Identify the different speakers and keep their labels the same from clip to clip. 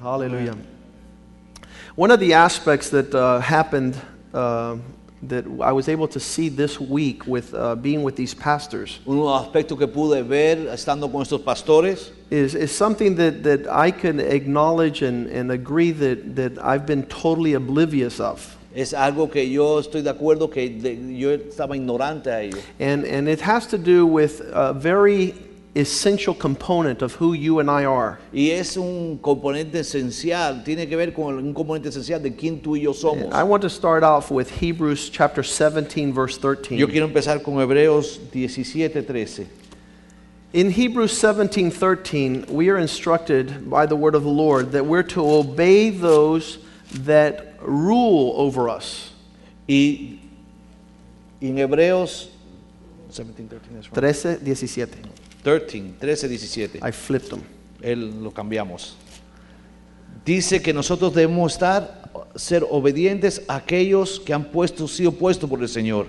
Speaker 1: Hallelujah. One of the aspects that uh, happened uh, that I was able to see this week with uh, being with these pastors
Speaker 2: Uno de los aspectos que pude ver estando con estos pastores
Speaker 1: is, is something that, that I can acknowledge and, and agree that, that I've been totally oblivious of.
Speaker 2: es algo que yo estoy de acuerdo que de- yo estaba ignorante a ellos.
Speaker 1: And, and it has to do with a very essential component of who you and I are.
Speaker 2: Y es un componente esencial, tiene que ver con un componente esencial de quién tú y yo somos.
Speaker 1: And I want to start off with Hebrews chapter 17, verse 13.
Speaker 2: Yo quiero empezar con Hebreos 17, 13.
Speaker 1: In Hebrews 17:13, we are instructed by the word of the Lord that we're to obey those that rule over us.
Speaker 2: Y, y en Hebreos 17, 13, that's right.
Speaker 1: 13, 17.
Speaker 2: 13, 13, 17.
Speaker 1: I flipped them.
Speaker 2: Él lo cambiamos. Dice que nosotros debemos estar, ser obedientes a aquellos que han puesto, sido puestos por el Señor.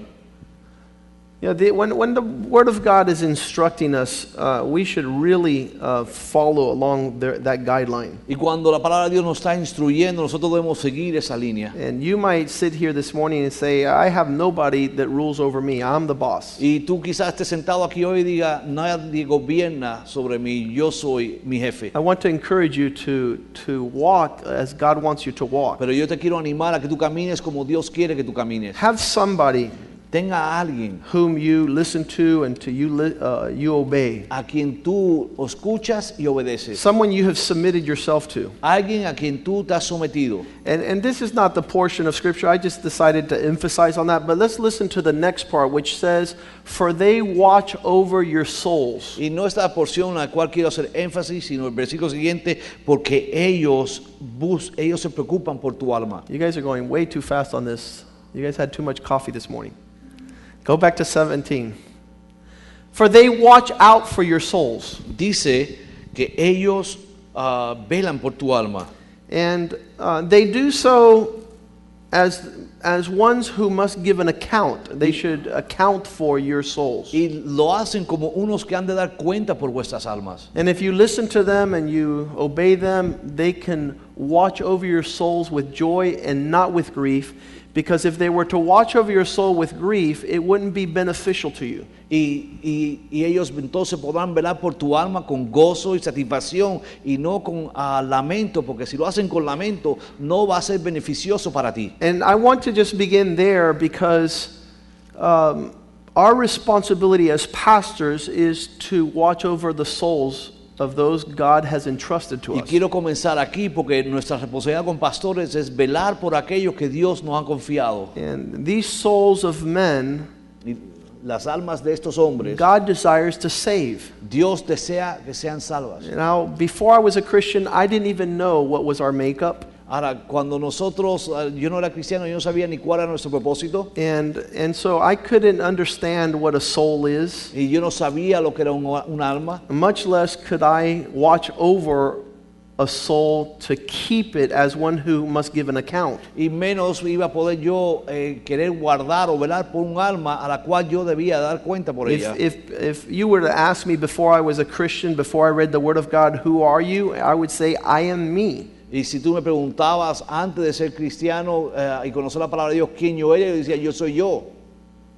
Speaker 1: You know, the, when, when the word of God is instructing us, uh, we should really uh, follow along there, that guideline.
Speaker 2: Y cuando la palabra de Dios nos está instruyendo, nosotros debemos seguir esa línea.
Speaker 1: And you might sit here this morning and say, I have nobody that rules over me. I'm the boss.
Speaker 2: Y tú quizás estés sentado aquí hoy y diga, nadie gobierna sobre mí, yo soy mi jefe.
Speaker 1: I want to encourage you to, to walk as God wants you to walk.
Speaker 2: Pero yo te quiero animar a que tú camines como Dios quiere que tú camines.
Speaker 1: Have somebody
Speaker 2: Tenga a alguien
Speaker 1: whom you listen to and to you, li- uh, you obey.
Speaker 2: a quien tú escuchas y obedeces.
Speaker 1: Someone you have submitted yourself to.
Speaker 2: Alguien a quien tú te has sometido.
Speaker 1: And, and this is not the portion of Scripture. I just decided to emphasize on that. But let's listen to the next part, which says, For they watch over your souls.
Speaker 2: Y no esta porción a la cual quiero hacer énfasis, sino el versículo siguiente, porque ellos, bus- ellos se preocupan por tu alma.
Speaker 1: You guys are going way too fast on this. You guys had too much coffee this morning. Go back to 17. For they watch out for your souls.
Speaker 2: Dice que ellos ah, velan por tu alma.
Speaker 1: And uh, they do so as, as ones who must give an account. They should account for your souls.
Speaker 2: Y lo hacen como unos que han de dar cuenta por vuestras almas.
Speaker 1: And if you listen to them and you obey them, they can watch over your souls with joy and not with grief. Because if they were to watch over your soul with grief, it wouldn't be beneficial to you.
Speaker 2: Y, y- y ellos entonces podrán velar por tu alma con gozo y satisfacción y no con ah, lamento, porque si lo hacen con lamento no va a ser beneficioso para ti.
Speaker 1: And I want to just begin there because um, our responsibility as pastors is to watch over the souls of those God has entrusted to
Speaker 2: Y
Speaker 1: us.
Speaker 2: quiero comenzar aquí porque nuestra responsabilidad con pastores es velar por aquellos que Dios nos ha confiado.
Speaker 1: And these souls of men,
Speaker 2: Y las almas de estos hombres,
Speaker 1: God desires to save.
Speaker 2: Dios desea que sean salvas.
Speaker 1: Now, before I was a Christian, I didn't even know what was our makeup.
Speaker 2: Ahora, cuando nosotros, ah, yo no era cristiano, yo no sabía ni cuál era nuestro propósito
Speaker 1: And, and so I couldn't understand what a soul is,
Speaker 2: y yo no sabía lo que era un, un alma
Speaker 1: much less could I watch over a soul to keep it as one who must give an account.
Speaker 2: y menos iba a poder yo eh, querer guardar o velar por un alma a la cual yo debía dar cuenta por
Speaker 1: If,
Speaker 2: ella.
Speaker 1: if, if you were to ask me before I was a Christian, before I read the Word of God, who are you? I would say, I am me.
Speaker 2: Y si tú me preguntabas antes de ser cristiano eh, y conocer la palabra de Dios quién yo era, yo decía yo soy yo.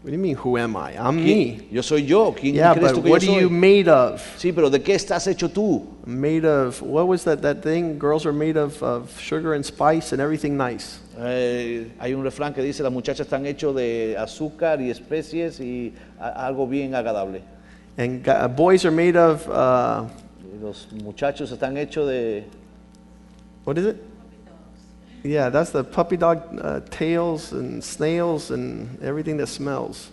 Speaker 1: What do you mean, who am I? I'm
Speaker 2: ¿Quién-
Speaker 1: me.
Speaker 2: Yo soy yo. ¿Quién
Speaker 1: Yeah,
Speaker 2: crees
Speaker 1: but
Speaker 2: tú que yo
Speaker 1: what are
Speaker 2: soy?
Speaker 1: you made of?
Speaker 2: Sí, pero ¿de qué estás hecho tú?
Speaker 1: Made of, what was that, that thing? Girls are made of, of sugar and spice and everything nice.
Speaker 2: Eh, hay un refrán que dice las muchachas están hechas de azúcar y especies y a- algo bien agradable.
Speaker 1: And gu- boys are made of, uh,
Speaker 2: Y Los muchachos están hechos de
Speaker 1: What is it? Yeah, that's the puppy dog uh, tails and snails and everything that smells.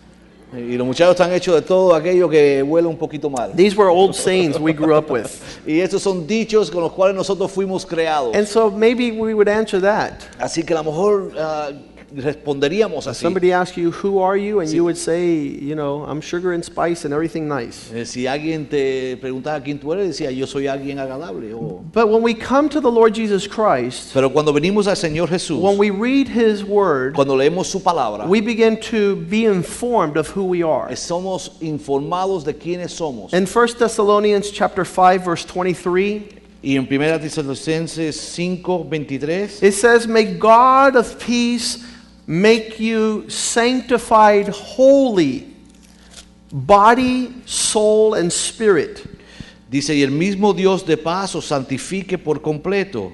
Speaker 2: y los muchachos están hechos de todo aquello que huele un poquito mal.
Speaker 1: These were old sayings we grew up with.
Speaker 2: Y estos son dichos con los cuales nosotros fuimos creados.
Speaker 1: And so maybe we would answer that.
Speaker 2: Así que a lo mejor ah, responderíamos así.
Speaker 1: Somebody asks you, Who are you? And you would say, You know, I'm sugar and spice and everything nice.
Speaker 2: Eh, si alguien te preguntaba quién tú eres, decía yo soy alguien agradable. o-
Speaker 1: But when we come to the Lord Jesus Christ,
Speaker 2: Pero cuando venimos al Señor Jesús,
Speaker 1: when we read his word,
Speaker 2: cuando leemos su palabra,
Speaker 1: we begin to be informed of who we are.
Speaker 2: somos informados de quiénes somos.
Speaker 1: In 1 Thessalonians chapter 5 verse 23,
Speaker 2: Y en 1 Tesalonicenses 5, 23,
Speaker 1: It says, May God of peace make you sanctified holy, body, soul, and spirit,
Speaker 2: dice, y el mismo Dios de paz os santifique por completo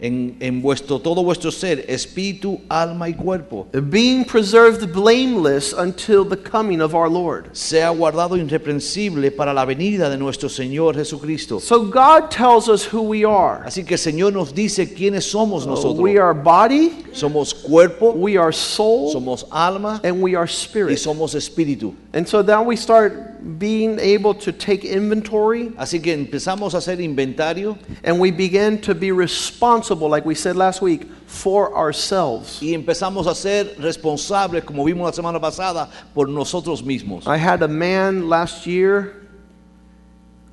Speaker 2: en, en vuestro, todo vuestro ser, espíritu, alma y cuerpo,
Speaker 1: being preserved blameless until the coming of our Lord.
Speaker 2: sea guardado irreprensible para la venida de nuestro Señor Jesucristo.
Speaker 1: So God tells us who we are.
Speaker 2: Así que el Señor nos dice quiénes somos nosotros.
Speaker 1: We are body,
Speaker 2: Somos cuerpo,
Speaker 1: we are soul,
Speaker 2: somos alma
Speaker 1: and we are
Speaker 2: y
Speaker 1: spirit.
Speaker 2: somos espíritu.
Speaker 1: And so now we start being able to take inventory
Speaker 2: Así que empezamos a hacer inventario
Speaker 1: and we begin to be responsible, like we said last week, for ourselves.
Speaker 2: y empezamos a ser responsables, como vimos la semana pasada, por nosotros mismos.
Speaker 1: I had a man last year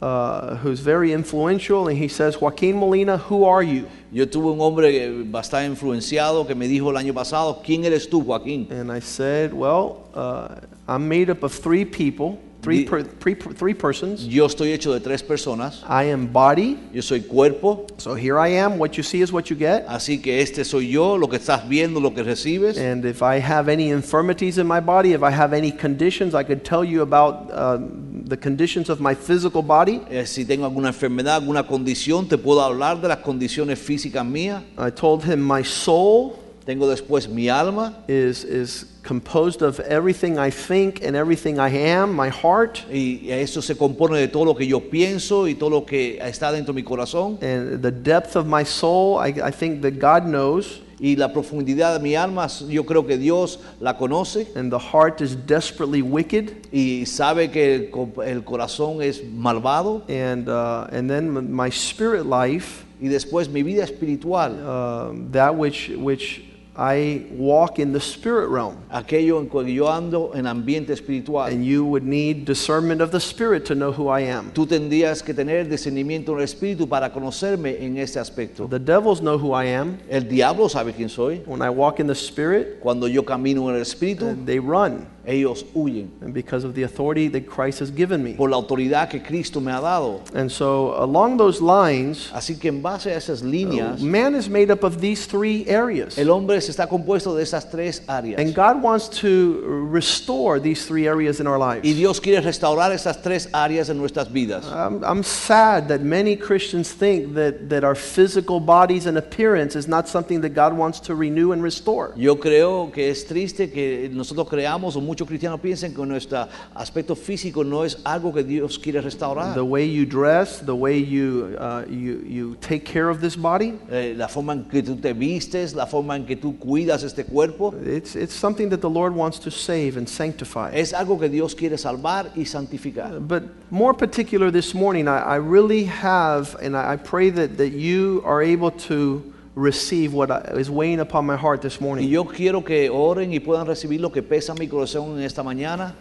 Speaker 1: uh, who's very influential, and he says, Joaquin Molina, who are you?
Speaker 2: Yo tuve un hombre eh, bastante influenciado que me dijo el año pasado, ¿quién eres tú, Joaquín?
Speaker 1: And I said, Well, uh, I'm made up of three people, three,
Speaker 2: The-
Speaker 1: per, three, three persons.
Speaker 2: Yo estoy hecho de tres personas,
Speaker 1: I am body,
Speaker 2: yo soy cuerpo,
Speaker 1: so here I am. What you see is what you get.
Speaker 2: así que este soy yo, lo que estás viendo, lo que recibes.
Speaker 1: And if I have any infirmities in my body, if I have any conditions, I could tell you about um, the conditions of my physical body.
Speaker 2: Eh, si tengo alguna enfermedad, alguna condición, te puedo hablar de las condiciones físicas mías.
Speaker 1: I told him my soul
Speaker 2: Tengo después mi alma
Speaker 1: is, is composed of everything I think and everything I am, my heart.
Speaker 2: y eso se compone de todo lo que yo pienso y todo lo que está dentro de mi corazón.
Speaker 1: And the depth of my soul, I, I think that God knows.
Speaker 2: Y la profundidad de mi alma, yo creo que Dios la conoce
Speaker 1: And the heart is desperately wicked.
Speaker 2: y sabe que el, co- el corazón es malvado.
Speaker 1: And, uh, and then my spirit life,
Speaker 2: Y después mi vida espiritual,
Speaker 1: um, that which, which I walk in the spirit realm.
Speaker 2: aquello en que yo ando en ambiente espiritual.
Speaker 1: And you would need discernment of the spirit to know who I am.
Speaker 2: Tú tendrías que tener discernimiento en el espíritu para conocerme en ese aspecto.
Speaker 1: The devils know who I am.
Speaker 2: El diablo sabe quién soy.
Speaker 1: When I walk in the spirit,
Speaker 2: Cuando yo camino en el
Speaker 1: uh,
Speaker 2: espíritu,
Speaker 1: they run.
Speaker 2: ellos huyen
Speaker 1: And because of the authority that Christ has given me.
Speaker 2: por la autoridad que Cristo me ha dado.
Speaker 1: And so, along those lines,
Speaker 2: Así que en base a esas líneas,
Speaker 1: man is made up of these three areas.
Speaker 2: el hombre se está compuesto de esas tres áreas.
Speaker 1: And God wants to restore these three areas in our
Speaker 2: Y
Speaker 1: lives.
Speaker 2: Dios quiere restaurar esas tres áreas en nuestras vidas.
Speaker 1: I'm, I'm sad that many Christians think that, that our physical bodies and appearance is not something that God wants to renew and restore.
Speaker 2: Yo creo que es triste que nosotros creamos o muchos cristianos piensen que nuestro aspecto físico no es algo que Dios quiere restaurar.
Speaker 1: The way you dress, the way you, uh, you, you take care of this body,
Speaker 2: Eh, la forma en que tú te vistes, la forma en que tú cuidas este cuerpo,
Speaker 1: it's, it's something that the Lord wants to save and sanctify.
Speaker 2: es algo que Dios quiere salvar y santificar.
Speaker 1: But more particular this morning, I, I really have, and I, I pray that, that you are able to receive what I, is weighing upon my heart this morning.
Speaker 2: Y yo quiero que oren y puedan recibir lo que pesa mi corazón en esta mañana.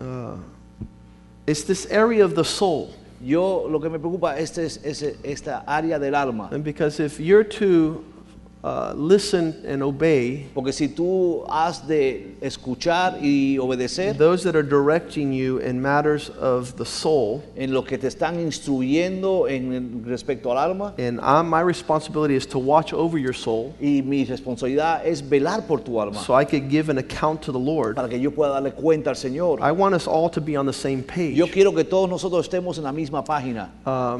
Speaker 1: Uh, It's this area of the soul.
Speaker 2: Yo lo que me preocupa este es ese- esta área del alma.
Speaker 1: And because if you're to uh, listen and obey
Speaker 2: Porque si tú has de escuchar y obedecer,
Speaker 1: those that are directing you in matters of the soul,
Speaker 2: en lo que te están instruyendo en en respecto al alma
Speaker 1: and I, my responsibility is to watch over your soul
Speaker 2: y mi responsabilidad es velar por tu alma
Speaker 1: so I could give an account to the Lord,
Speaker 2: para que yo pueda darle cuenta al Señor.
Speaker 1: I want us all to be on the same page.
Speaker 2: Yo quiero que todos nosotros estemos en la misma página,
Speaker 1: Ah.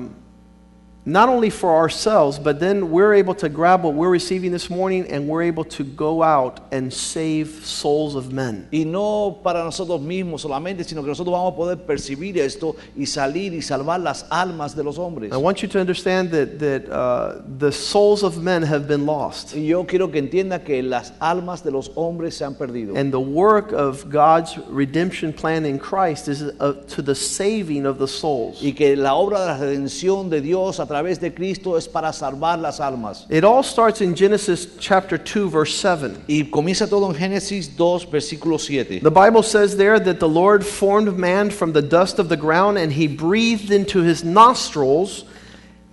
Speaker 1: Not only for ourselves, but then we're able to grab what we're receiving this morning and we're able to go out and save souls of men.
Speaker 2: y no para nosotros mismos solamente, sino que nosotros vamos a poder percibir esto y salir y salvar las almas de los hombres.
Speaker 1: I want you to understand that, that uh, the souls of men have been lost.
Speaker 2: Y yo quiero que entienda que las almas de los hombres se han perdido.
Speaker 1: And the work of God's redemption plan in Christ is uh, to the saving of the souls.
Speaker 2: Y que la obra de la redención de Dios a través de Cristo es para salvar las almas.
Speaker 1: It all starts in Genesis chapter 2, verse 7.
Speaker 2: Y comienza todo en Génesis 2, versículo 7.
Speaker 1: The Bible says there that the Lord formed man from the dust of the ground and he breathed into his nostrils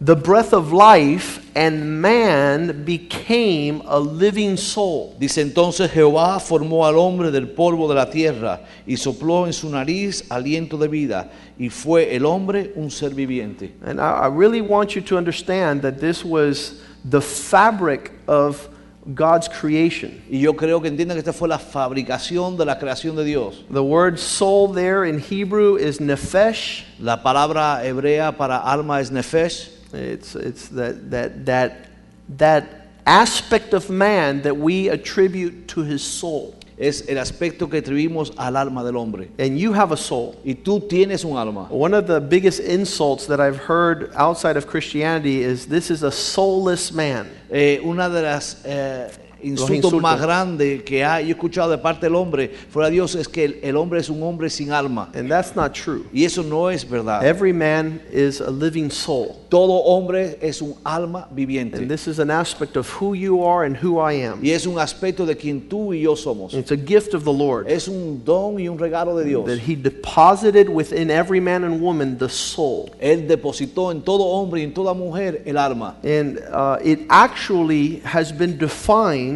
Speaker 1: the breath of life, and man became a living soul.
Speaker 2: Dice entonces Jehová formó al hombre del polvo de la tierra y sopló en su nariz aliento de vida y fue el hombre un ser viviente.
Speaker 1: And I, I really want you to understand that this was the fabric of God's creation.
Speaker 2: Y yo creo que entienden que esta fue la fabricación de la creación de Dios.
Speaker 1: The word soul there in Hebrew is nephesh.
Speaker 2: La palabra hebrea para alma es nefesh.
Speaker 1: It's, it's that, that, that, that aspect of man that we attribute to his soul.
Speaker 2: Es el aspecto que atribuimos al alma del hombre.
Speaker 1: And you have a soul.
Speaker 2: Y tú tienes un alma.
Speaker 1: One of the biggest insults that I've heard outside of Christianity is this is a soulless man.
Speaker 2: Eh, una de las eh, insultos,
Speaker 1: insultos.
Speaker 2: más grandes que hay, yo he escuchado de parte del hombre fuera de Dios es que el, el hombre es un hombre sin alma.
Speaker 1: And that's not true.
Speaker 2: Y eso no es verdad.
Speaker 1: Every man is a living soul.
Speaker 2: Todo hombre es un alma
Speaker 1: And
Speaker 2: viviente.
Speaker 1: this is an aspect of who you are and who I am.
Speaker 2: Y es un aspecto de quien tú y yo somos.
Speaker 1: It's a gift of the Lord
Speaker 2: Es un don y un regalo de Dios.
Speaker 1: that He deposited within every man and woman the soul.
Speaker 2: Él depositó en todo hombre y en toda mujer el alma.
Speaker 1: And uh, it actually has been defined,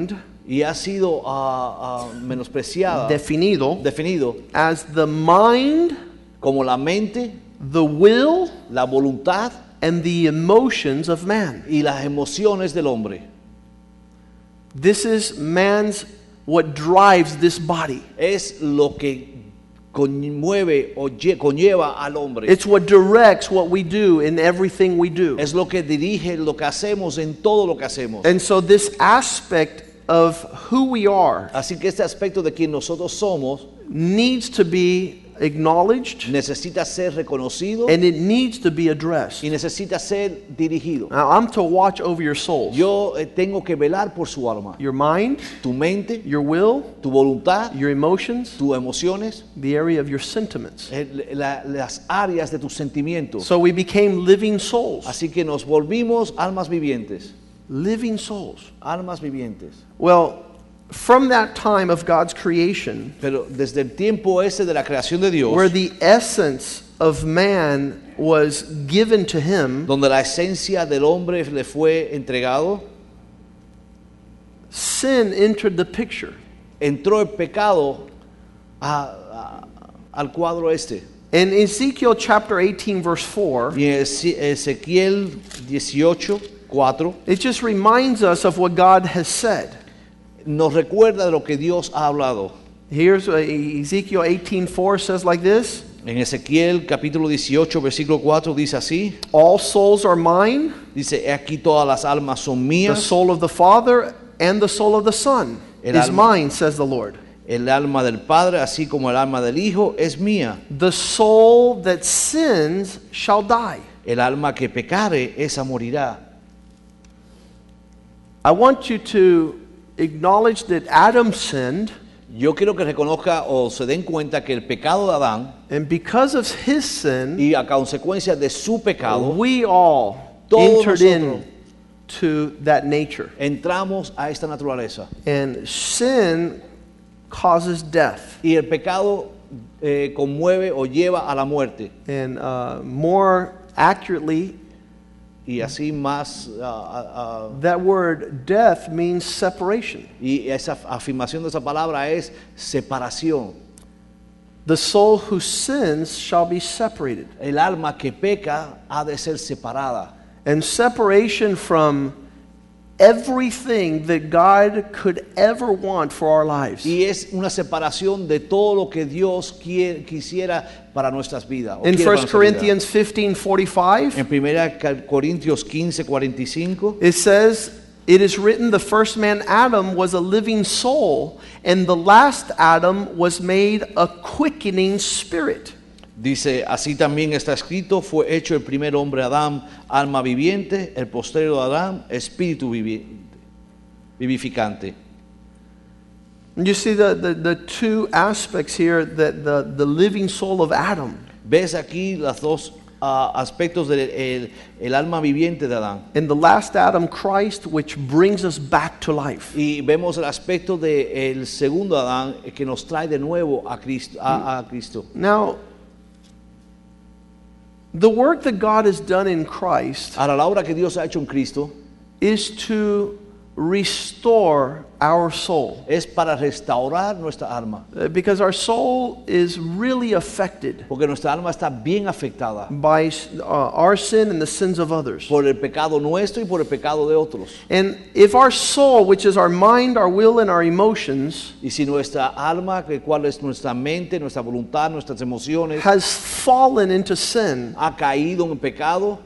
Speaker 2: Y ha sido ah, ah, menospreciada,
Speaker 1: definido,
Speaker 2: definido
Speaker 1: as the mind,
Speaker 2: como la mente,
Speaker 1: the will,
Speaker 2: la voluntad
Speaker 1: and the emotions of man.
Speaker 2: y las emociones del hombre.
Speaker 1: This is man's, what drives this body.
Speaker 2: es lo que conmueve o lle- conlleva al hombre.
Speaker 1: It's what directs what we do in everything we do.
Speaker 2: es lo que dirige lo que hacemos en todo lo que hacemos.
Speaker 1: And so, this aspect of who we are
Speaker 2: Así que este aspecto de quien nosotros somos
Speaker 1: needs to be acknowledged
Speaker 2: necesita ser reconocido
Speaker 1: and it needs to be addressed.
Speaker 2: y necesita ser dirigido.
Speaker 1: Now, I'm to watch over your souls,
Speaker 2: Yo eh, tengo que velar por su alma,
Speaker 1: your mind,
Speaker 2: tu mente,
Speaker 1: your will,
Speaker 2: tu voluntad,
Speaker 1: your emotions,
Speaker 2: tus emociones,
Speaker 1: the area of your sentiments.
Speaker 2: el- la- las áreas de tus sentimientos.
Speaker 1: So we became living souls.
Speaker 2: Así que nos volvimos almas vivientes,
Speaker 1: Living souls.
Speaker 2: almas vivientes.
Speaker 1: Well, from that time of God's creation,
Speaker 2: Pero desde el tiempo ese de la creación de Dios,
Speaker 1: where the essence of man was given to him,
Speaker 2: donde la esencia del hombre le fue entregado,
Speaker 1: sin entered the picture.
Speaker 2: entró el pecado a- a- al cuadro este.
Speaker 1: In Ezekiel chapter 18, verse 4,
Speaker 2: Y Eze- Ezequiel 18, 4,
Speaker 1: it just reminds us of what God has said.
Speaker 2: nos recuerda de lo que Dios ha hablado.
Speaker 1: Here's uh, Ezekiel 18:4 says like this,
Speaker 2: En Ezequiel capítulo 18, versículo 4 dice así,
Speaker 1: all souls are mine,
Speaker 2: dice, "He aquí todas las almas son
Speaker 1: the
Speaker 2: mías,
Speaker 1: soul of the Father and the soul of the Son
Speaker 2: El
Speaker 1: is
Speaker 2: alma.
Speaker 1: mine, says the Lord.
Speaker 2: el alma del Padre, así como el alma del Hijo, es mía.
Speaker 1: The soul that sins shall die.
Speaker 2: El alma que pecare, esa morirá.
Speaker 1: I want you to acknowledge that Adam sinned,
Speaker 2: Yo quiero que reconozca o se den cuenta que el pecado de Adán
Speaker 1: and because of his sin,
Speaker 2: y a consecuencia de su pecado
Speaker 1: we all
Speaker 2: Todos
Speaker 1: entered
Speaker 2: nosotros.
Speaker 1: in to that nature.
Speaker 2: entramos a esta naturaleza
Speaker 1: And sin causes death.
Speaker 2: y el pecado eh, conmueve o lleva a la muerte
Speaker 1: And uh, more accurately,
Speaker 2: y así más ah, ah, ah,
Speaker 1: that word death means separation.
Speaker 2: y esa afirmación de esa palabra es separación
Speaker 1: The soul who sins shall be separated.
Speaker 2: el alma que peca ha de ser separada
Speaker 1: And separation from everything that God could ever want for our lives.
Speaker 2: y es una separación de todo lo que Dios quie- quisiera para nuestras vidas o
Speaker 1: In
Speaker 2: quiere
Speaker 1: 1
Speaker 2: para nuestra vida.
Speaker 1: Corinthians 15 45,
Speaker 2: en primera Cal- Corintios 15 45
Speaker 1: it says, It is written, the first man Adam was a living soul, and the last Adam was made a quickening spirit.
Speaker 2: Dice, así también está escrito, fue hecho el primer hombre Adán, alma viviente, el posterior Adán, espíritu vivi- vivificante.
Speaker 1: And you see the, the, the two aspects here that the, the living soul of Adam
Speaker 2: Ves aquí los dos ah, aspectos del el- el alma viviente de Adán.
Speaker 1: and the last Adam, Christ, which brings us back to life.
Speaker 2: Y vemos el aspecto del segundo Adán que nos trae de nuevo a Cristo. A, a Cristo.
Speaker 1: Now, The work that God has done in Christ
Speaker 2: Ahora, la obra que Dios ha hecho en Cristo
Speaker 1: is to restore our soul
Speaker 2: es para restaurar nuestra alma,
Speaker 1: Uh, because our soul is really affected
Speaker 2: porque nuestra alma está bien afectada
Speaker 1: by uh, our sin and the sins of others.
Speaker 2: por el pecado nuestro y por el pecado de otros.
Speaker 1: And if our soul, which is our mind, our will, and our emotions,
Speaker 2: Y si nuestra alma, que cuál es nuestra mente, nuestra voluntad, nuestras emociones,
Speaker 1: has fallen into sin
Speaker 2: ha caído en pecado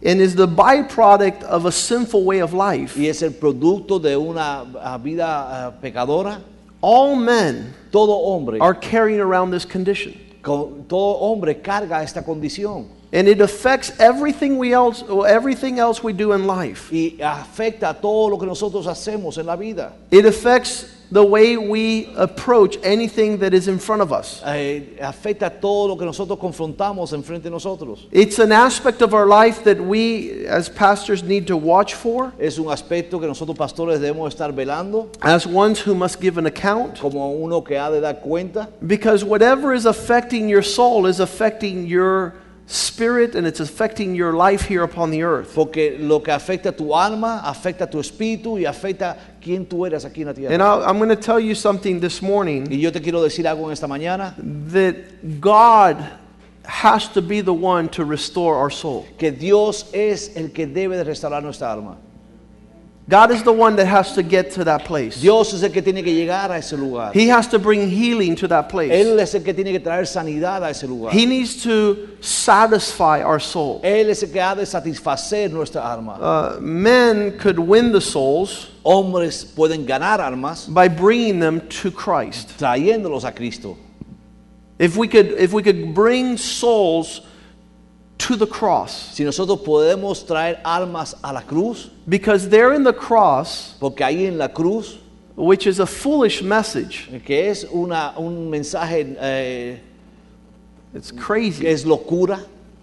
Speaker 1: and is the byproduct of a sinful way of life,
Speaker 2: y es el producto de una ah, vida ah, pecadora,
Speaker 1: all men
Speaker 2: todo hombre,
Speaker 1: are carrying around this condition.
Speaker 2: co- todo hombre carga esta condición
Speaker 1: And it affects everything we else, everything else we do in life.
Speaker 2: y afecta a todo lo que nosotros hacemos en la vida.
Speaker 1: It affects the way we approach anything that is in front of us.
Speaker 2: Eh, afecta todo lo que nosotros confrontamos enfrente de nosotros.
Speaker 1: It's an aspect of our life that we, as pastors, need to watch for,
Speaker 2: Es un aspecto que nosotros pastores debemos estar velando
Speaker 1: as ones who must give an account.
Speaker 2: como uno que ha de dar cuenta,
Speaker 1: Because whatever is affecting your soul is affecting your spirit and it's affecting your life here upon the earth.
Speaker 2: porque lo que afecta a tu alma, afecta a tu espíritu y afecta a quién tú eres aquí en la
Speaker 1: And
Speaker 2: tierra.
Speaker 1: I'll, I'm going to tell you something this morning
Speaker 2: Y yo te quiero decir algo en esta mañana,
Speaker 1: that God has to be the one to restore our soul.
Speaker 2: que Dios es el que debe de restaurar nuestra alma.
Speaker 1: God is the one that has to get to that place.
Speaker 2: Dios es el que tiene que llegar a ese lugar.
Speaker 1: He has to bring healing to that place.
Speaker 2: Él es el que tiene que traer sanidad a ese lugar.
Speaker 1: He needs to satisfy our soul.
Speaker 2: Él es el que ha de satisfacer nuestra alma.
Speaker 1: Uh, men could win the souls
Speaker 2: Hombres pueden ganar almas
Speaker 1: by bringing them to Christ.
Speaker 2: trayéndolos a Cristo.
Speaker 1: If we could, if we could bring souls to the cross,
Speaker 2: Si nosotros podemos traer almas a la cruz,
Speaker 1: because there in the cross,
Speaker 2: porque ahí en la cruz,
Speaker 1: which is a foolish message,
Speaker 2: que es una, un mensaje eh,
Speaker 1: it's crazy.
Speaker 2: que es locura,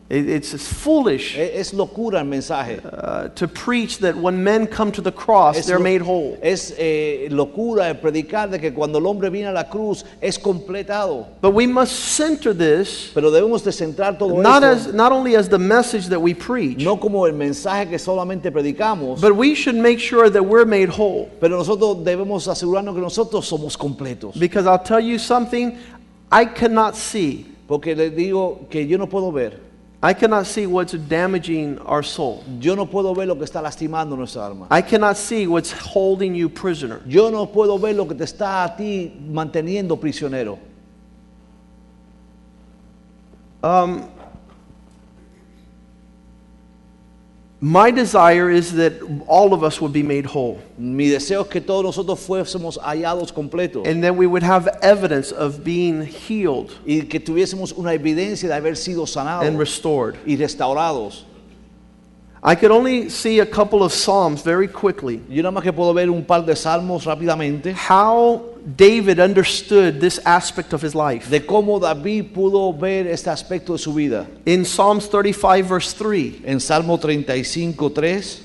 Speaker 1: It- it's it's foolish
Speaker 2: e- es locura el mensaje.
Speaker 1: uh, to preach that when men come to the cross,
Speaker 2: Es,
Speaker 1: they're
Speaker 2: lo-
Speaker 1: made whole.
Speaker 2: es, eh, locura el predicar de que cuando el hombre viene a la cruz es completado.
Speaker 1: But we must center this
Speaker 2: Pero debemos de centrar todo
Speaker 1: not
Speaker 2: esto,
Speaker 1: as not only as the message that we preach,
Speaker 2: no como el mensaje que solamente predicamos,
Speaker 1: but we should make sure that we're made whole.
Speaker 2: pero nosotros debemos asegurarnos que nosotros somos completos.
Speaker 1: Because I'll tell you something, I cannot see.
Speaker 2: Porque les digo que yo no puedo ver,
Speaker 1: I cannot see what's damaging our soul.
Speaker 2: yo no puedo ver lo que está lastimando nuestra alma.
Speaker 1: I cannot see what's holding you prisoner.
Speaker 2: Yo no puedo ver lo que te está a ti manteniendo prisionero.
Speaker 1: My desire is that all of us would be made whole
Speaker 2: Mi deseo es que todos nosotros fuésemos hallados completos
Speaker 1: and that we would have evidence of being healed
Speaker 2: y que tuviésemos una evidencia de haber sido
Speaker 1: and
Speaker 2: sanados
Speaker 1: restored.
Speaker 2: y restaurados.
Speaker 1: I could only see a couple of Psalms very quickly.
Speaker 2: Yo nada más que puedo ver un par de salmos rápidamente
Speaker 1: How David understood this aspect of his life.
Speaker 2: de cómo David pudo ver este aspecto de su vida.
Speaker 1: in Psalms 35, verse 3,
Speaker 2: En Salmo 35, 3,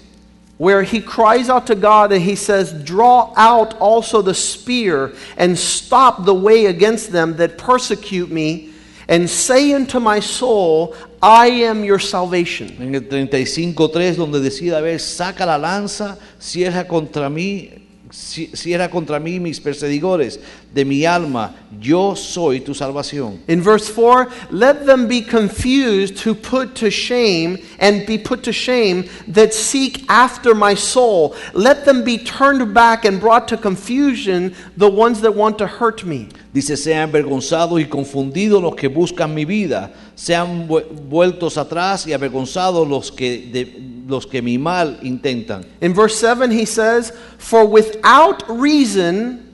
Speaker 1: where he cries out to God and he says, Draw out also the spear and stop the way against them that persecute me, and say unto my soul, I am your salvation.
Speaker 2: en el 35, 3, donde decía David, saca la lanza, cierra contra mí, ci- cierra contra mí mis perseguidores de mi alma, yo soy tu salvación.
Speaker 1: In verse 4, let them be confused who put to shame and be put to shame that seek after my soul. Let them be turned back and brought to confusion, the ones that want to hurt me.
Speaker 2: Dice, sean avergonzados y confundidos los que buscan mi vida, sean vu- vueltos atrás y avergonzados los que, de- los que mi mal intentan.
Speaker 1: In verse 7, he says, For without reason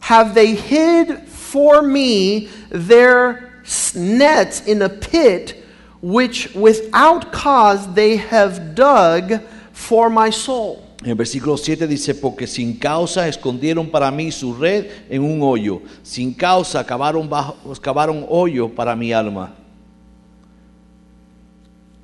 Speaker 1: have they hid for me their s- nets in a pit, which without cause they have dug for my soul.
Speaker 2: En el versículo 7 dice, porque sin causa escondieron para mí su red en un hoyo, sin causa cavaron, bajo, cavaron hoyo para mi alma.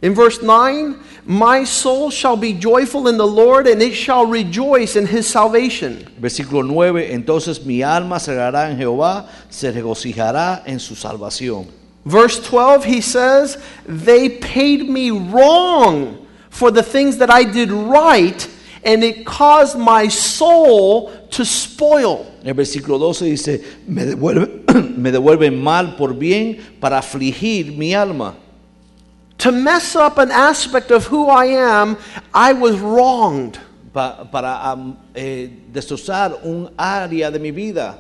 Speaker 1: In verse 9, my soul shall be joyful in the Lord, and it shall rejoice in his salvation.
Speaker 2: Versículo 9, entonces mi alma se alegrará en Jehová, se regocijará en su salvación.
Speaker 1: Verse 12, he says, They paid me wrong for the things that I did right, and it caused my soul to spoil.
Speaker 2: El versículo 12 dice, me devuelven, me devuelven mal por bien para afligir mi alma.
Speaker 1: To mess up an aspect of who I am, I was wronged.
Speaker 2: pa- para am, eh, destrozar un área de mi vida.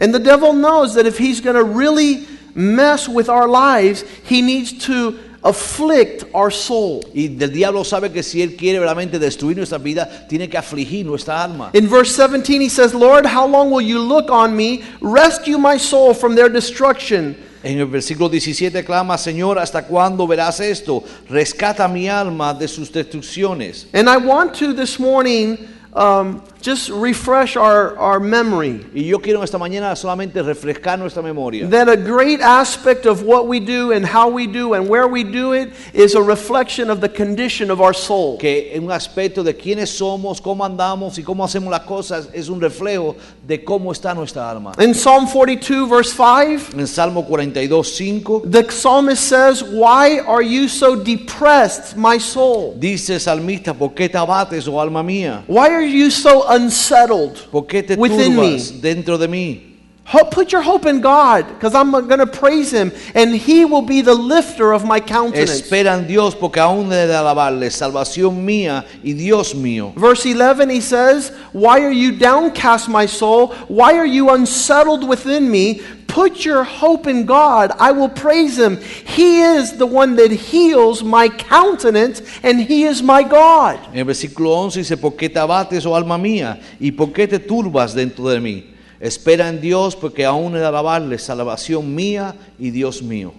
Speaker 1: And the devil knows that if he's going to really mess with our lives, he needs to afflict our soul.
Speaker 2: Y el diablo sabe que si él quiere realmente destruir nuestra vida, tiene que afligir nuestra alma.
Speaker 1: In verse 17, he says, Lord, how long will you look on me? Rescue my soul from their destruction.
Speaker 2: En el versículo 17 clama, Señor, ¿hasta cuándo verás esto? Rescata mi alma de sus destrucciones.
Speaker 1: And I want to this morning um, just refresh our, our memory
Speaker 2: Y yo quiero esta mañana solamente refrescar nuestra memoria.
Speaker 1: that a great aspect of what we do and how we do and where we do it is a reflection of the condition of our soul.
Speaker 2: Que en un aspecto de quiénes somos, cómo andamos y cómo hacemos las cosas es un reflejo de cómo está nuestra alma.
Speaker 1: In Psalm 42, verse 5,
Speaker 2: En Salmo 42, 5.
Speaker 1: the psalmist says, Why are you so depressed, my soul?
Speaker 2: Dice el salmista, ¿por qué te abates, oh alma mía?
Speaker 1: Why are you so unsettled?
Speaker 2: ¿Por qué te
Speaker 1: Within
Speaker 2: turbas dentro de mí?
Speaker 1: Ho- Put your hope in God, because I'm going to praise Him, and He will be the lifter of my countenance.
Speaker 2: Espera en Dios porque aún he de alabarle, salvación mía y Dios mío.
Speaker 1: Verse 11, he says, Why are you downcast, my soul? Why are you unsettled within me? Put your hope in God. I will praise him. He is the one that heals my countenance, and he is my God.
Speaker 2: En el versículo 11 dice, ¿por qué te abates, oh alma mía? ¿Y por qué te turbas dentro de mí? Espera en Dios porque aún he de alabarle, salvación mía y Dios mío.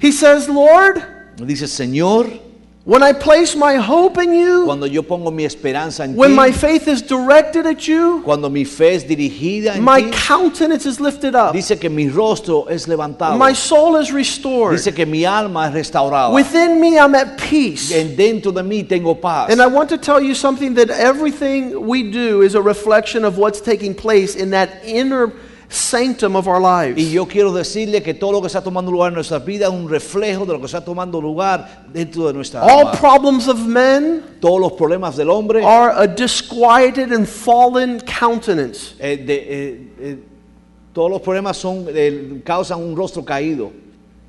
Speaker 1: He says, Lord,
Speaker 2: Dice, Señor,
Speaker 1: when I place my hope in you,
Speaker 2: cuando yo pongo mi esperanza en
Speaker 1: when my
Speaker 2: ti,
Speaker 1: faith is directed at you,
Speaker 2: cuando mi fe es dirigida en
Speaker 1: my
Speaker 2: ti,
Speaker 1: countenance is lifted up,
Speaker 2: dice que mi rostro es levantado.
Speaker 1: my soul is restored.
Speaker 2: Dice que mi alma es restaurada.
Speaker 1: Within me, I'm at peace.
Speaker 2: En dentro de mí tengo paz.
Speaker 1: And I want to tell you something that everything we do is a reflection of what's taking place in that inner sanctum of our
Speaker 2: y
Speaker 1: lives.
Speaker 2: yo quiero decirle que todo lo que está tomando lugar en nuestras vidas es un reflejo de lo que está tomando lugar dentro de nuestra
Speaker 1: All
Speaker 2: alma.
Speaker 1: problems of men
Speaker 2: Todos los problemas del hombre
Speaker 1: are a disquieted and fallen countenance.
Speaker 2: eh, de- eh, eh, todos los problemas son eh, causan un rostro caído.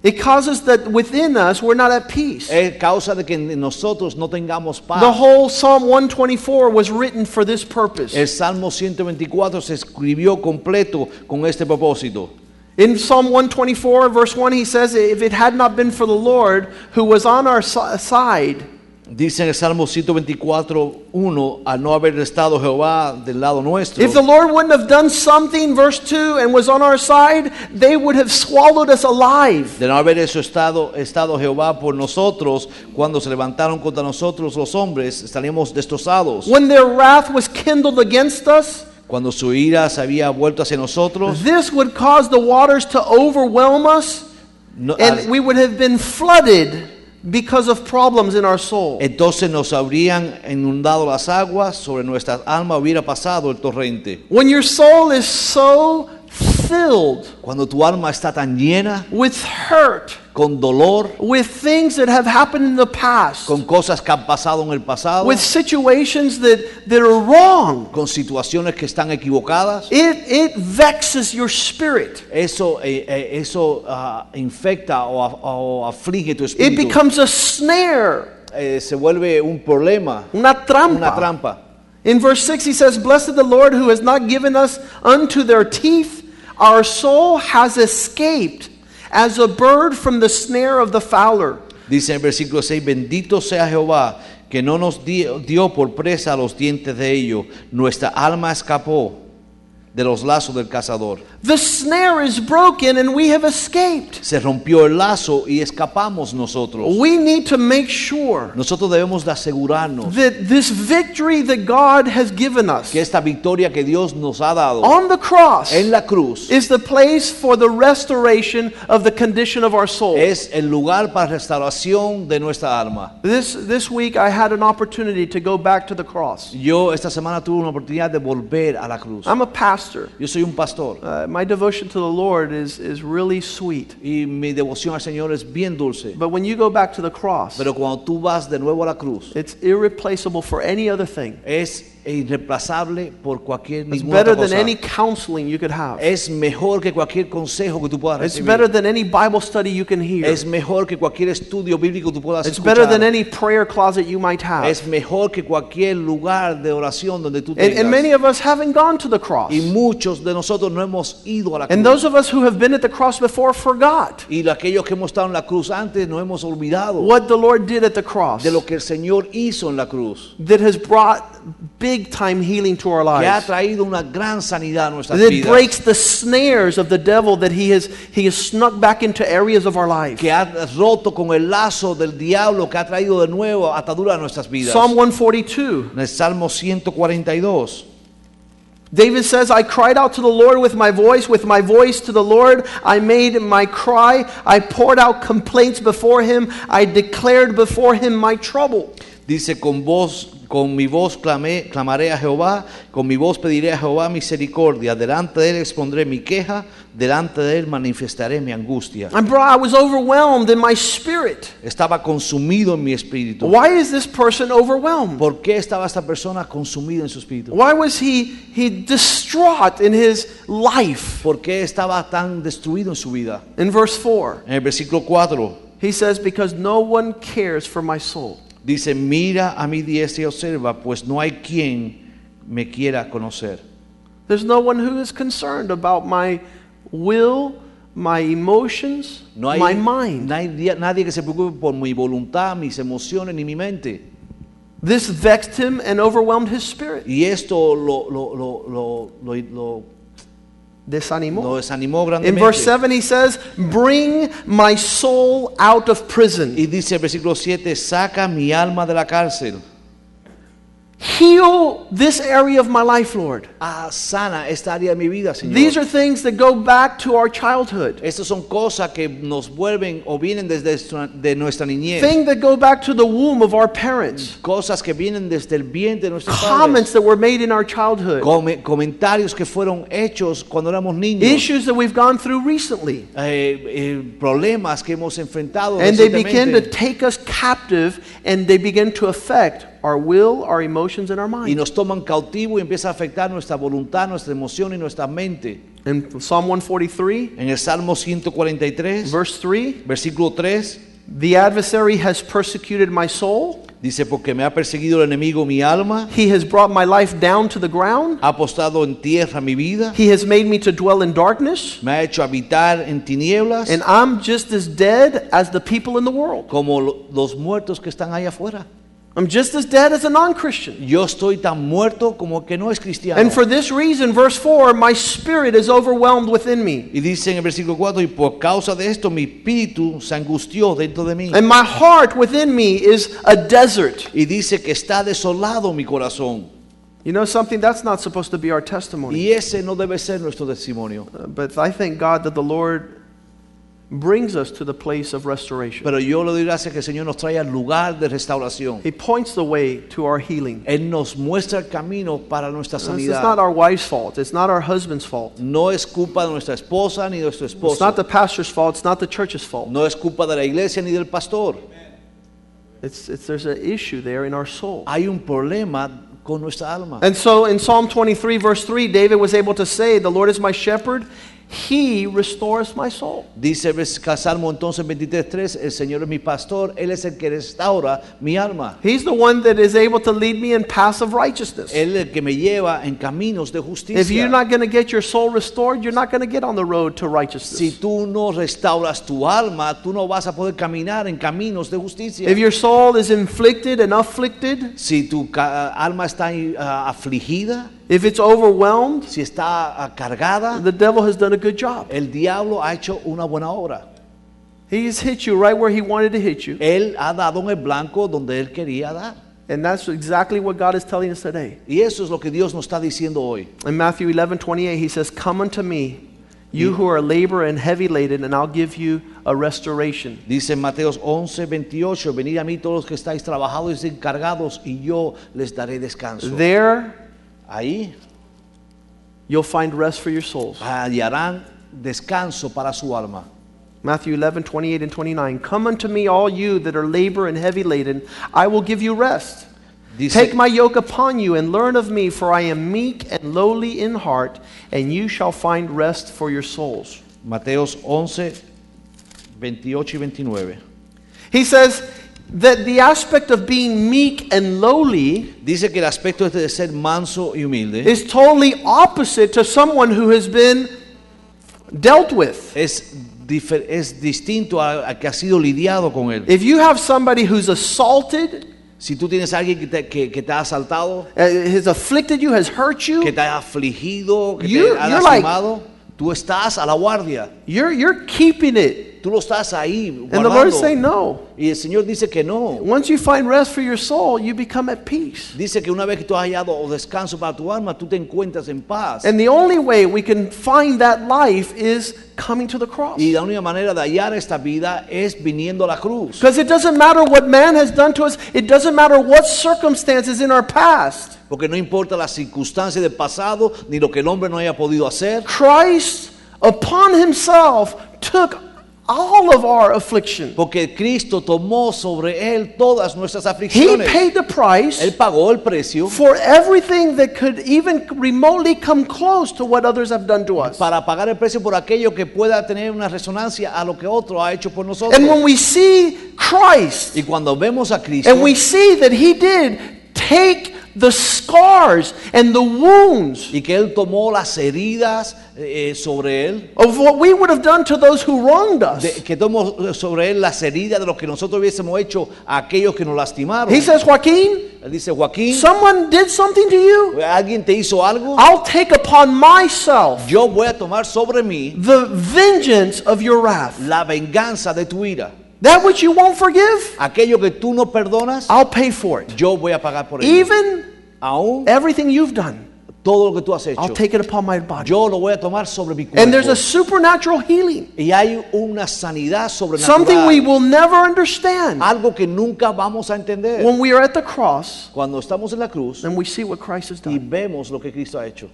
Speaker 1: It causes that within us we're not at peace.
Speaker 2: Es causa de que nosotros no tengamos paz.
Speaker 1: The whole Psalm 124 was written for this purpose.
Speaker 2: el Salmo 124 se escribió completo con este propósito.
Speaker 1: In Psalm 124, verse 1, he says, If it had not been for the Lord who was on our si- side,
Speaker 2: Dice en el Salmo 124, 1, al no haber estado Jehová del lado nuestro.
Speaker 1: If the Lord wouldn't have done something, verse 2, and was on our side, they would have swallowed us alive.
Speaker 2: De no haber eso estado, estado Jehová por nosotros, cuando se levantaron contra nosotros los hombres, estaríamos destrozados.
Speaker 1: When their wrath was kindled against us,
Speaker 2: Cuando su ira se había vuelto hacia nosotros,
Speaker 1: this would cause the waters to overwhelm us,
Speaker 2: no-
Speaker 1: and we would have been flooded because of problems in our soul.
Speaker 2: entonces nos habrían inundado las aguas, sobre nuestras almas hubiera pasado el torrente.
Speaker 1: When your soul is so filled
Speaker 2: Cuando tu alma está tan llena,
Speaker 1: with hurt,
Speaker 2: con dolor,
Speaker 1: with things that have happened in the past,
Speaker 2: con cosas que han pasado en el pasado,
Speaker 1: with situations that, that are wrong,
Speaker 2: con situaciones que están equivocadas,
Speaker 1: it, it vexes your spirit.
Speaker 2: eso, eh, eh, eso ah, infecta o, af- o aflige tu
Speaker 1: It
Speaker 2: espíritu.
Speaker 1: becomes a snare,
Speaker 2: Eh, se vuelve un problema.
Speaker 1: una trampa.
Speaker 2: una trampa.
Speaker 1: In verse 6, he says, Blessed the Lord who has not given us unto their teeth. Our soul has escaped as a bird from the snare of the fowler.
Speaker 2: Dice en el versículo 6, bendito sea Jehová, que no nos dio, dio por presa a los dientes de ellos. Nuestra alma escapó de los lazos del cazador.
Speaker 1: The snare is broken and we have escaped.
Speaker 2: Se rompió el lazo y escapamos nosotros.
Speaker 1: We need to make sure
Speaker 2: Nosotros debemos de asegurarnos
Speaker 1: that this victory that God has given us
Speaker 2: que esta victoria que Dios nos ha dado
Speaker 1: on the cross
Speaker 2: en la cruz
Speaker 1: is the place for the restoration of the condition of our soul.
Speaker 2: es el lugar para restauración de nuestra alma.
Speaker 1: This, this week I had an opportunity to go back to the cross.
Speaker 2: Yo esta semana tuve una oportunidad de volver a la cruz.
Speaker 1: I'm a pastor.
Speaker 2: Yo soy un pastor
Speaker 1: Uh, my devotion to the Lord is, is really sweet.
Speaker 2: y mi devoción al Señor es bien dulce.
Speaker 1: But when you go back to the cross,
Speaker 2: Pero cuando tú vas de nuevo a la cruz,
Speaker 1: it's irreplaceable for any other thing.
Speaker 2: es irreemplazable por cualquier
Speaker 1: It's
Speaker 2: ninguna
Speaker 1: better
Speaker 2: otra
Speaker 1: than
Speaker 2: cosa.
Speaker 1: any counseling you could have.
Speaker 2: Es mejor que cualquier consejo que tú puedas
Speaker 1: It's
Speaker 2: recibir.
Speaker 1: better than any Bible study you can hear.
Speaker 2: Es mejor que cualquier estudio bíblico que tú puedas
Speaker 1: It's
Speaker 2: escuchar.
Speaker 1: better than any prayer closet you might have.
Speaker 2: Es mejor que cualquier lugar de oración donde tú
Speaker 1: And,
Speaker 2: tengas.
Speaker 1: and many of us haven't gone to the cross.
Speaker 2: y muchos de nosotros no hemos ido a la cruz.
Speaker 1: And those of us who have been at the cross before forgot
Speaker 2: y aquellos que hemos estado en la cruz antes nos hemos olvidado
Speaker 1: what the Lord did at the cross
Speaker 2: de lo que el Señor hizo en la cruz.
Speaker 1: that has brought big time healing to our
Speaker 2: Que ha
Speaker 1: lives.
Speaker 2: traído una gran sanidad a nuestras
Speaker 1: That
Speaker 2: vidas.
Speaker 1: breaks the snares of the devil that he has, he has snuck back into areas of our life.
Speaker 2: que ha roto con el lazo del diablo que ha traído de nuevo atadura a nuestras vidas.
Speaker 1: Psalm 142.
Speaker 2: en el Salmo 142.
Speaker 1: David says, I cried out to the Lord with my voice, with my voice to the Lord. I made my cry. I poured out complaints before him. I declared before him my trouble.
Speaker 2: Dice con voz, con mi voz clamé, clamaré a Jehová, con mi voz pediré a Jehová misericordia, delante de él expondré mi queja, delante de él manifestaré mi angustia.
Speaker 1: I'm bro, I was overwhelmed in my spirit.
Speaker 2: Estaba consumido en mi espíritu.
Speaker 1: Why is this person overwhelmed?
Speaker 2: ¿Por qué estaba esta persona consumida en su espíritu?
Speaker 1: Why was he, he distraught in his life?
Speaker 2: ¿Por qué estaba tan destruido en su vida?
Speaker 1: In verse 4,
Speaker 2: En el versículo 4
Speaker 1: he says, Because no one cares for my soul.
Speaker 2: dice, mira a mi diestra y observa, pues no hay quien me quiera conocer.
Speaker 1: There's no one who is concerned about my will, my emotions,
Speaker 2: No hay,
Speaker 1: my mind.
Speaker 2: no hay dia- nadie que se preocupe por mi voluntad, mis emociones ni mi mente.
Speaker 1: This vexed him and overwhelmed his spirit.
Speaker 2: Y esto lo, lo, lo, lo, lo, lo- lo
Speaker 1: Desanimó.
Speaker 2: desanimó
Speaker 1: In
Speaker 2: grandemente.
Speaker 1: verse 7, he says, Bring my soul out of prison,
Speaker 2: y dice el versículo 7, saca mi alma de la cárcel.
Speaker 1: heal this area of my life, Lord.
Speaker 2: Ah, sana esta área de mi vida, Señor.
Speaker 1: These are things that go back to our childhood,
Speaker 2: Estas son cosas que nos vuelven o vienen desde estra- de nuestra niñez.
Speaker 1: things that go back to the womb of our parents,
Speaker 2: cosas que vienen desde el vientre de nuestros
Speaker 1: comments
Speaker 2: padres.
Speaker 1: that were made in our childhood,
Speaker 2: Come- comentarios que fueron hechos cuando éramos niños.
Speaker 1: issues that we've gone through recently.
Speaker 2: Eh, eh, problemas que hemos enfrentado
Speaker 1: And they begin
Speaker 2: recientemente.
Speaker 1: to take us captive and they begin to affect our will, our emotions, and our
Speaker 2: y
Speaker 1: mind.
Speaker 2: nos toman cautivo y empieza a afectar nuestra voluntad, nuestra emoción y nuestra mente.
Speaker 1: In Psalm 143,
Speaker 2: En el Salmo 143,
Speaker 1: Verse 3
Speaker 2: versículo 3,
Speaker 1: The adversary has persecuted my soul,
Speaker 2: dice, porque me ha perseguido el enemigo mi alma,
Speaker 1: he has brought my life down to the ground,
Speaker 2: ha apostado en tierra mi vida,
Speaker 1: he has made me to dwell in darkness,
Speaker 2: me ha hecho habitar en tinieblas,
Speaker 1: and I'm just as dead as the people in the world.
Speaker 2: como lo- los muertos que están ahí afuera.
Speaker 1: I'm just as dead as a non Christian.
Speaker 2: Yo estoy tan muerto como el que no es cristiano.
Speaker 1: And for this reason, verse 4 My spirit is overwhelmed within me,
Speaker 2: y dice en el versículo 4, y por causa de esto mi espíritu se angustió dentro de mí.
Speaker 1: and my heart within me is a desert.
Speaker 2: Y dice que está desolado mi corazón.
Speaker 1: You know something? That's not supposed to be our testimony.
Speaker 2: Y ese no debe ser nuestro testimonio.
Speaker 1: Uh, But I thank God that the Lord brings us to the place of restoration.
Speaker 2: Pero yo le doy gracias que el Señor nos trae al lugar de restauración.
Speaker 1: He points the way to our healing.
Speaker 2: Él nos muestra el camino para nuestra
Speaker 1: This is not
Speaker 2: sanidad.
Speaker 1: our wife's fault. It's not our husband's fault.
Speaker 2: No es culpa de nuestra esposa ni de nuestro
Speaker 1: It's
Speaker 2: esposo.
Speaker 1: not the pastor's fault. It's not the church's fault.
Speaker 2: No es culpa de la iglesia ni del pastor.
Speaker 1: It's, it's, there's an issue there in our soul.
Speaker 2: Hay un problema con nuestra alma.
Speaker 1: And so in Psalm 23, verse 3, David was able to say, The Lord is my shepherd. He restores my soul.
Speaker 2: Dice el Salmo entonces 23.3, el Señor es mi pastor, Él es el que restaura mi alma.
Speaker 1: He's the one that is able to lead me in paths of righteousness.
Speaker 2: Él es el que me lleva en caminos de
Speaker 1: If you're
Speaker 2: justicia.
Speaker 1: not going to get your soul restored, you're not going to get on the road to
Speaker 2: Si
Speaker 1: righteousness.
Speaker 2: tú no restauras tu alma, tú no vas a poder caminar en caminos de justicia.
Speaker 1: If your soul is inflicted and afflicted,
Speaker 2: Si tu ca- alma está ah, afligida,
Speaker 1: if it's overwhelmed,
Speaker 2: si está ah, cargada,
Speaker 1: the devil has done a good job.
Speaker 2: el diablo ha hecho una buena obra.
Speaker 1: He's hit you right where he wanted to hit you.
Speaker 2: Él ha dado en el blanco donde él quería dar.
Speaker 1: And that's exactly what God is telling us today.
Speaker 2: Y eso es lo que Dios nos está diciendo hoy.
Speaker 1: In Matthew 11, 28, he says, Come unto me, you who are labor and heavy laden, and I'll give you a restoration.
Speaker 2: Dice en Mateos 11, 28, venid a mí todos los que estáis trabajados y encargados y yo les daré descanso.
Speaker 1: There
Speaker 2: Ahí
Speaker 1: you'll find rest for your souls.
Speaker 2: hallarán descanso para su alma.
Speaker 1: Matthew 11, 28 and 29. Come unto me, all you that are labor and heavy laden, I will give you rest.
Speaker 2: Dice-
Speaker 1: Take my yoke upon you and learn of me, for I am meek and lowly in heart, and you shall find rest for your souls.
Speaker 2: Mateos 11, 28 y 29.
Speaker 1: He says that the aspect of being meek and lowly
Speaker 2: Dice que el aspecto este de ser manso y humilde
Speaker 1: is totally opposite to someone who has been dealt with.
Speaker 2: es, difer- es distinto a, a que ha sido lidiado con él.
Speaker 1: If you have somebody who's assaulted,
Speaker 2: Si tú tienes a alguien que te, que- que te ha asaltado,
Speaker 1: uh, has afflicted you, has hurt
Speaker 2: que
Speaker 1: you,
Speaker 2: te ha afligido, que
Speaker 1: You-
Speaker 2: te ha
Speaker 1: you're like-
Speaker 2: lastimado, tú estás a la guardia.
Speaker 1: you're, you're keeping it.
Speaker 2: Tú lo estás ahí
Speaker 1: And the Lord's
Speaker 2: guardando.
Speaker 1: saying, no.
Speaker 2: Y el Señor dice que no.
Speaker 1: Once you find rest for your soul, you become at peace.
Speaker 2: Dice que una vez que tú has hallado o descanso para tu alma, tú te encuentras en paz.
Speaker 1: And the only way we can find that life is coming to the cross.
Speaker 2: Y la única manera de hallar esta vida es viniendo a la cruz.
Speaker 1: Because it doesn't matter what man has done to us, it doesn't matter what circumstances in our past.
Speaker 2: Porque no importa las circunstancias del pasado ni lo que el hombre no haya podido hacer.
Speaker 1: Christ upon himself took all of our affliction.
Speaker 2: Porque Cristo tomó sobre él todas nuestras
Speaker 1: He
Speaker 2: aflicciones.
Speaker 1: paid the price
Speaker 2: Él pagó el precio
Speaker 1: for everything that could even remotely come close to what others have done to us.
Speaker 2: para pagar el precio por aquello que pueda tener una resonancia a lo que otro ha hecho por
Speaker 1: And when
Speaker 2: nosotros.
Speaker 1: we see Christ
Speaker 2: Y cuando vemos a Cristo
Speaker 1: and we see that he did take the scars and the wounds
Speaker 2: y que él tomó las heridas eh, sobre él,
Speaker 1: of what we would have done to those who wronged
Speaker 2: de-
Speaker 1: us.
Speaker 2: que tomó sobre él las heridas de los que nosotros hubiésemos hecho a aquellos que nos lastimaron.
Speaker 1: He says, Joaquin,
Speaker 2: él dice, Joaquín,
Speaker 1: someone did something to you.
Speaker 2: ¿alguien te hizo algo?
Speaker 1: I'll take upon myself
Speaker 2: Yo voy a tomar sobre mí
Speaker 1: the vengeance of your wrath.
Speaker 2: la venganza de tu ira.
Speaker 1: That which you won't forgive,
Speaker 2: Aquello que tú no perdonas,
Speaker 1: I'll pay for it.
Speaker 2: yo voy a pagar por ello.
Speaker 1: Even
Speaker 2: Aún
Speaker 1: everything you've done,
Speaker 2: todo lo que tú has hecho,
Speaker 1: I'll take it upon my body.
Speaker 2: yo lo voy a tomar sobre mi
Speaker 1: And there's
Speaker 2: cuerpo.
Speaker 1: a supernatural healing,
Speaker 2: Y hay una sanidad
Speaker 1: something we
Speaker 2: sobrenatural,
Speaker 1: will never understand
Speaker 2: algo que nunca vamos a entender.
Speaker 1: when we are at the cross
Speaker 2: Cuando estamos en la cruz
Speaker 1: and we see what Christ has
Speaker 2: y
Speaker 1: done.
Speaker 2: vemos lo que Cristo ha hecho.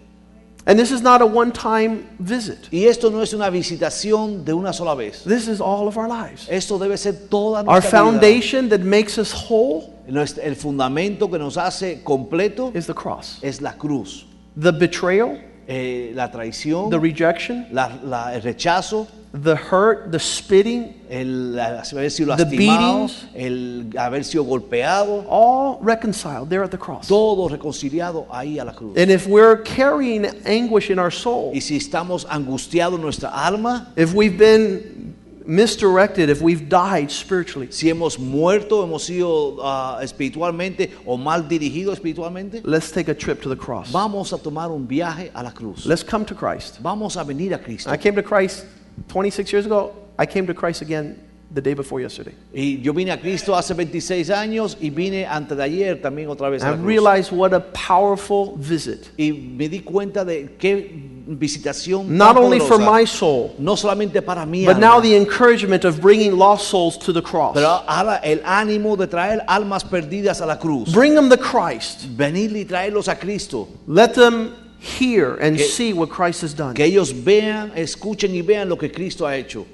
Speaker 1: And this is not a one time visit,
Speaker 2: Y esto no es una visitación de una sola vez.
Speaker 1: this is all of our lives.
Speaker 2: Esto debe ser toda
Speaker 1: Our
Speaker 2: nuestra vida.
Speaker 1: foundation that makes us whole
Speaker 2: Nuest- El fundamento que nos hace completo
Speaker 1: is the cross.
Speaker 2: es la cruz.
Speaker 1: The betrayal,
Speaker 2: Eh, la traición,
Speaker 1: the rejection,
Speaker 2: la- la- el rechazo,
Speaker 1: the hurt, the spitting,
Speaker 2: el la- haber sido
Speaker 1: The
Speaker 2: lastimado,
Speaker 1: beatings.
Speaker 2: el haber sido golpeado,
Speaker 1: all reconciled there at the cross.
Speaker 2: todo reconciliado ahí a la cruz.
Speaker 1: And if we're carrying anguish in our soul,
Speaker 2: Y si estamos angustiados en nuestra alma,
Speaker 1: if we've been misdirected, if we've died spiritually,
Speaker 2: si hemos muerto, hemos sido ah, espiritualmente o mal dirigidos espiritualmente,
Speaker 1: let's take a trip to the cross.
Speaker 2: vamos a tomar un viaje a la cruz.
Speaker 1: Let's come to Christ.
Speaker 2: Vamos a venir a Cristo.
Speaker 1: I came to Christ 26 years ago. I came to Christ again the day before yesterday.
Speaker 2: Y yo vine a Cristo hace 26 años y vine antes de ayer también otra vez
Speaker 1: And I
Speaker 2: a la cruz.
Speaker 1: realized what a powerful visit,
Speaker 2: Y me di cuenta de qué visitación tan
Speaker 1: not only for
Speaker 2: poderosa.
Speaker 1: my soul,
Speaker 2: no solamente para mí,
Speaker 1: but now
Speaker 2: alma,
Speaker 1: the encouragement of bringing lost souls to the cross.
Speaker 2: pero ahora el ánimo de traer almas perdidas a la cruz.
Speaker 1: Bring them to Christ.
Speaker 2: Venir y traerlos a Cristo.
Speaker 1: Let them hear and
Speaker 2: Que-
Speaker 1: see what Christ has done.
Speaker 2: Que ellos vean, escuchen y vean lo que Cristo ha hecho.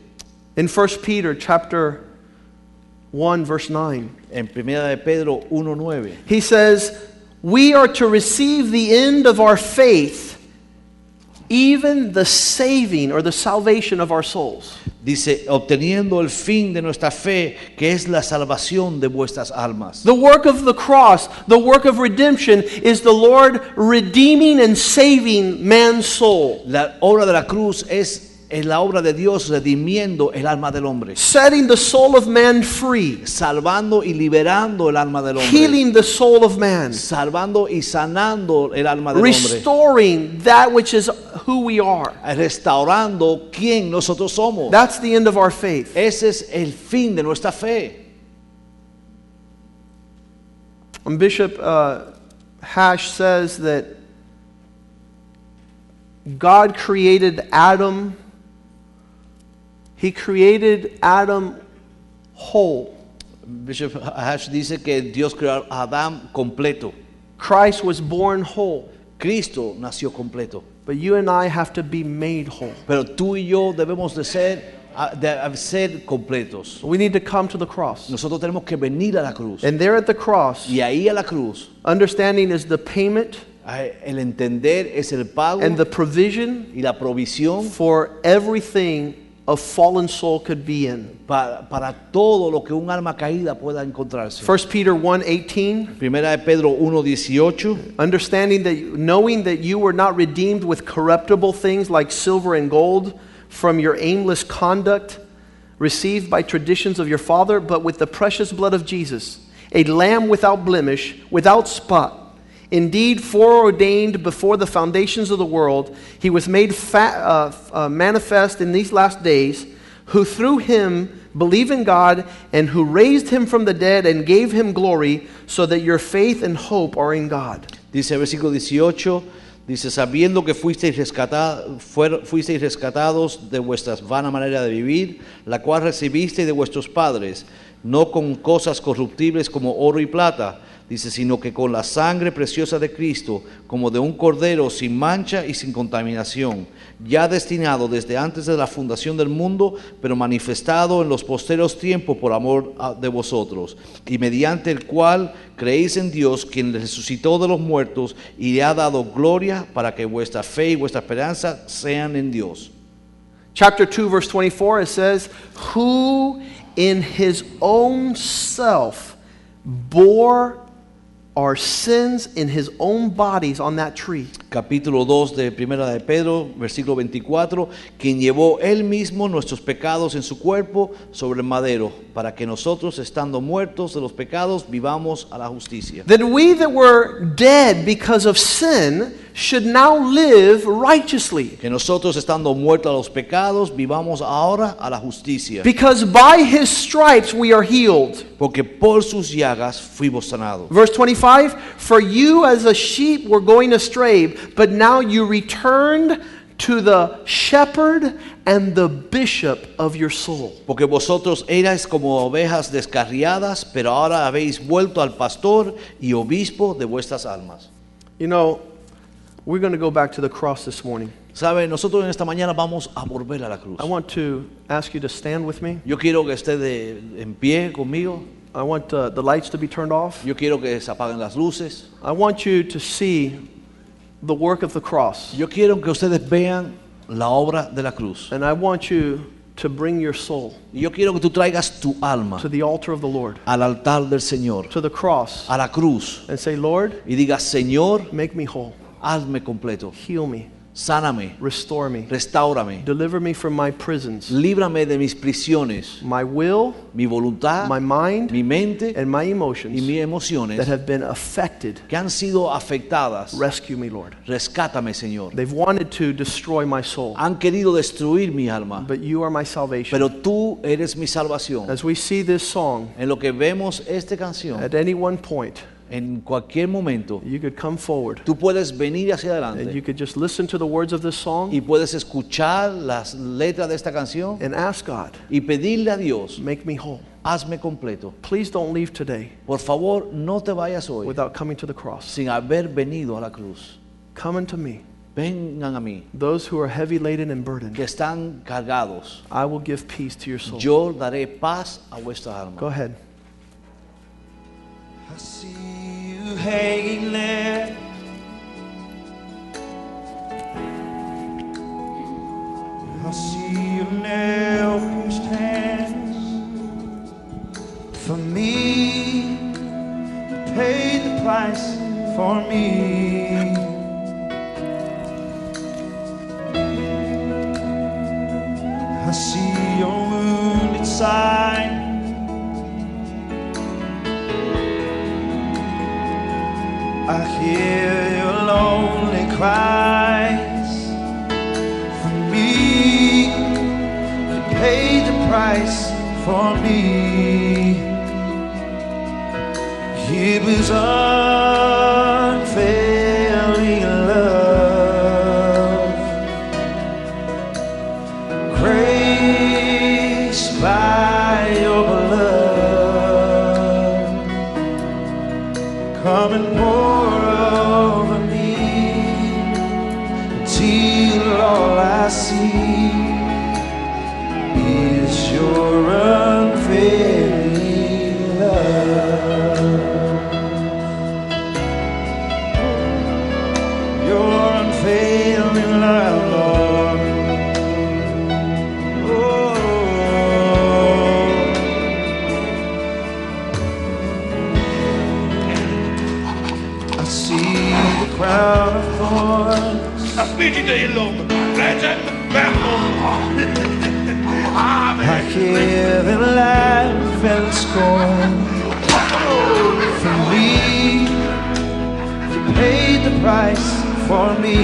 Speaker 1: In 1 Peter chapter 1 verse 9,
Speaker 2: En primera de Pedro 1.9
Speaker 1: he says, "We are to receive the end of our faith, even the saving or the salvation of our souls."
Speaker 2: dice, obteniendo el fin de nuestra fe, que es la salvación de vuestras almas.
Speaker 1: The work of the cross, the work of redemption, is the Lord redeeming and saving man's soul,
Speaker 2: La obra de la cruz es, es la obra de Dios redimiendo el alma del hombre,
Speaker 1: setting the soul of man free,
Speaker 2: salvando y liberando el alma del hombre,
Speaker 1: healing the soul of man,
Speaker 2: salvando y sanando el alma del hombre.
Speaker 1: restoring that which is who we are.
Speaker 2: restaurando quien nosotros somos.
Speaker 1: That's the end of our faith.
Speaker 2: Ese es el fin de nuestra fe.
Speaker 1: And Bishop uh, Hash says that God created Adam, He created Adam whole.
Speaker 2: Bishop Ash dice que Dios creó a Adán completo.
Speaker 1: Christ was born whole.
Speaker 2: Cristo nació completo.
Speaker 1: But you and I have to be made whole.
Speaker 2: Pero tú y yo debemos de ser, ah, de ser completos.
Speaker 1: We need to come to the cross.
Speaker 2: Nosotros tenemos que venir a la cruz.
Speaker 1: And there at the cross,
Speaker 2: Y ahí a la cruz,
Speaker 1: understanding is the payment
Speaker 2: ah, el entender es el pago
Speaker 1: and the provision
Speaker 2: y la provisión
Speaker 1: for everything a fallen soul could be in.
Speaker 2: para, para todo lo que un alma caída pueda encontrarse.
Speaker 1: 1 Peter 1:18,
Speaker 2: Primera de Pedro 1.18,
Speaker 1: understanding that knowing that you were not redeemed with corruptible things like silver and gold from your aimless conduct received by traditions of your father, but with the precious blood of Jesus, a lamb without blemish, without spot. Indeed, foreordained before the foundations of the world, he was made fa- uh, uh, manifest in these last days who through him believe in God and who raised him from the dead and gave him glory, so that your faith and hope are in God.
Speaker 2: dice el versículo 18, dice, sabiendo que fuisteis, rescata- fuer- fuisteis rescatados de vuestras vana manera de vivir, la cual recibisteis de vuestros padres, no con cosas corruptibles como oro y plata, dice, sino que con la sangre preciosa de Cristo, como de un cordero sin mancha y sin contaminación, ya destinado desde antes de la fundación del mundo, pero manifestado en los posteros tiempos por amor a- de vosotros, y mediante el cual creéis en Dios, quien resucitó de los muertos y le ha dado gloria para que vuestra fe y vuestra esperanza sean en Dios.
Speaker 1: Chapter 2, verse 24, it says, Who in his own self bore our sins in his own bodies on that tree.
Speaker 2: Capítulo 2 de Primera de Pedro, versículo 24, quien llevó él mismo nuestros pecados en su cuerpo sobre el madero, para que nosotros, estando muertos de los pecados, vivamos a la justicia.
Speaker 1: That we that were dead because of sin should now live righteously.
Speaker 2: Que nosotros, estando muertos a los pecados, vivamos ahora a la justicia.
Speaker 1: Because by his stripes we are healed.
Speaker 2: Porque por sus llagas fuimos sanados.
Speaker 1: Verse 25 For you as a sheep were going astray, but now you returned to the shepherd and the bishop of your soul.
Speaker 2: Porque vosotros erais como ovejas descarriadas, pero ahora habéis vuelto al pastor y obispo de vuestras almas.
Speaker 1: You know, we're going to go back to the cross this morning.
Speaker 2: ¿Sabe? Nosotros en esta mañana vamos a volver a la cruz.
Speaker 1: I want to ask you to stand with me.
Speaker 2: Yo quiero que esté de- en pie conmigo.
Speaker 1: I want uh, the lights to be turned off.
Speaker 2: Yo quiero que se apaguen las luces.
Speaker 1: I want you to see the work of the cross.
Speaker 2: Yo quiero que ustedes vean la obra de la cruz.
Speaker 1: And I want you to bring your soul
Speaker 2: Y Yo quiero que tú traigas tu alma
Speaker 1: to the altar of the Lord,
Speaker 2: al altar del Señor,
Speaker 1: to the cross,
Speaker 2: a la cruz,
Speaker 1: and say, Lord,
Speaker 2: y digas, Señor,
Speaker 1: make me whole.
Speaker 2: hazme completo,
Speaker 1: Heal me,
Speaker 2: sáname,
Speaker 1: restore me,
Speaker 2: restaurame,
Speaker 1: deliver me from my prisons,
Speaker 2: líbrame de mis prisiones,
Speaker 1: my will,
Speaker 2: mi voluntad,
Speaker 1: my mind,
Speaker 2: mi mente
Speaker 1: and my
Speaker 2: y
Speaker 1: emotions
Speaker 2: mis
Speaker 1: that
Speaker 2: emociones
Speaker 1: have been affected.
Speaker 2: que han sido afectadas.
Speaker 1: Rescue me, Lord.
Speaker 2: Rescátame, Señor.
Speaker 1: They've wanted to destroy my soul,
Speaker 2: Han querido destruir mi alma,
Speaker 1: but you are my salvation.
Speaker 2: pero tú eres mi salvación.
Speaker 1: As we see this song,
Speaker 2: En lo que vemos esta canción,
Speaker 1: at any one point,
Speaker 2: en cualquier momento,
Speaker 1: you could come forward
Speaker 2: tú puedes venir hacia
Speaker 1: and you
Speaker 2: adelante
Speaker 1: could just listen to the words of this song
Speaker 2: y puedes escuchar las letras de esta canción
Speaker 1: and ask God,
Speaker 2: y pedirle a Dios,
Speaker 1: make me whole.
Speaker 2: hazme completo.
Speaker 1: Please don't leave today
Speaker 2: Por favor, no te vayas hoy
Speaker 1: without coming to the cross.
Speaker 2: sin haber venido a la cruz.
Speaker 1: Come unto me,
Speaker 2: Vengan a mí,
Speaker 1: those who are heavy laden and burdened.
Speaker 2: que están cargados.
Speaker 1: I will give peace to your soul.
Speaker 2: Yo daré paz a vuestras almas.
Speaker 1: Go ahead.
Speaker 3: I see you hanging there. I see your nail pierced hands. For me, you paid the price for me. I see your wounded side. I hear your lonely cries for me. You paid the price for me. It was unfailing love, grace by your blood. Come and pour over me. Tears fail in love, Lord. Oh, Oh. I see the crown of thorns.
Speaker 4: I speak it to you, Lord. That's at the battle.
Speaker 3: I
Speaker 4: Amen.
Speaker 3: hear the laugh and scorn. For me, you paid the price for me.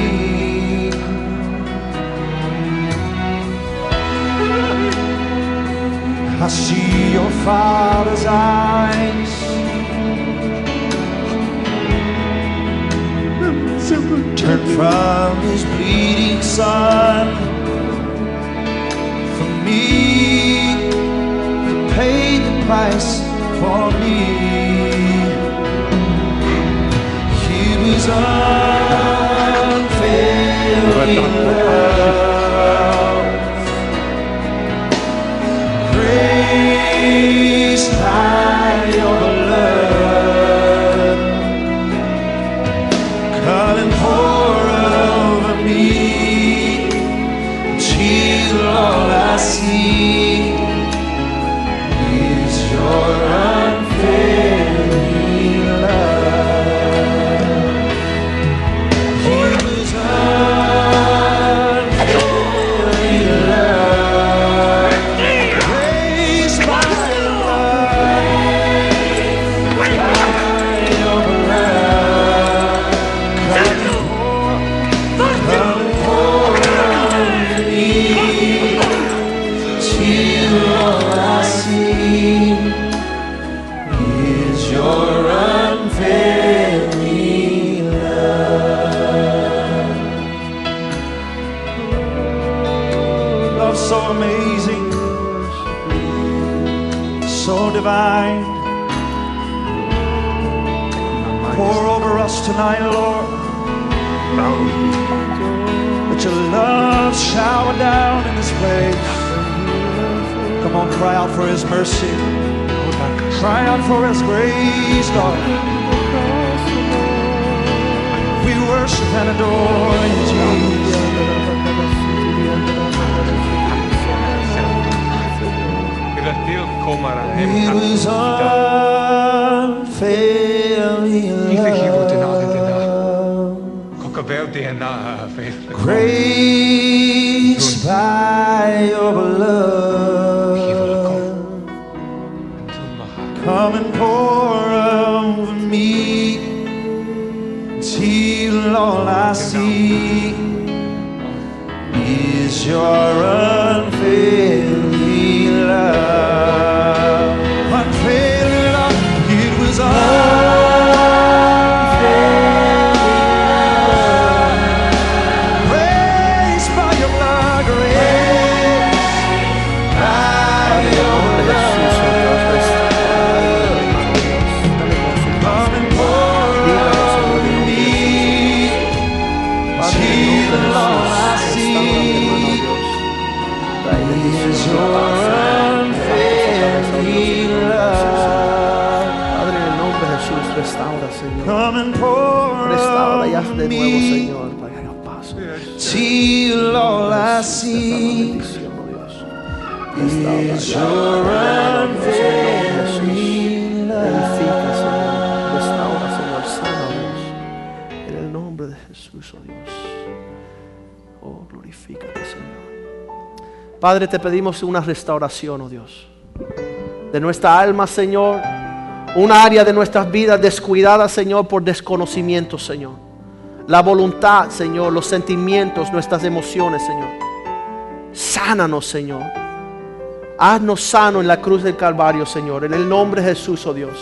Speaker 3: I see your father's eyes. Turn from his bleeding son. For me, you paid the price for me. He was unfailing love. Praise by your blood, calling pour over me. Jesus, all I see is your unfailing love. His unfailing love, grace by your love, by your blood, coming for, coming for me. Till all I see is your unfailing love. Love so amazing, so divine. Pour over us tonight, Lord. Let your love shower down in this place. Come on, cry out for His mercy. Cry out for His grace, Lord. We worship and adore you, Jesus.
Speaker 4: Γραφείο κόμαρα.
Speaker 3: He was unfailing
Speaker 4: Niet gegeven te nadenken,
Speaker 3: love.
Speaker 4: Κοκαβέλτη ένα
Speaker 3: Grace by your blood. Come and pour over me till all I see is your unfailing love. Unfailing love, it was unfailing love. Grace by your blood, grace by your blood. Come and pour on me. Till all I see is your unfailing love.
Speaker 1: Padre, en el nombre de Jesús, restaura, Señor.
Speaker 3: Come and pour
Speaker 1: Restaura y haz
Speaker 3: on
Speaker 1: de nuevo,
Speaker 3: me.
Speaker 1: Señor, para que haga paso.
Speaker 3: Till all I
Speaker 1: Esta
Speaker 3: see
Speaker 1: bendición, oh Dios.
Speaker 3: is your unfailing love.
Speaker 1: Edifica, Señor. Restaura, Señor. Sana, Dios. En el nombre de Jesús, oh Dios. Oh, glorifícate, Señor. Padre, te pedimos una restauración, oh Dios. De nuestra alma, Señor. Un área de nuestras vidas descuidada, Señor, por desconocimiento, Señor. La voluntad, Señor, los sentimientos, nuestras emociones, Señor. Sánanos, Señor. Haznos sano en la cruz del Calvario, Señor, en el nombre de Jesús, oh Dios.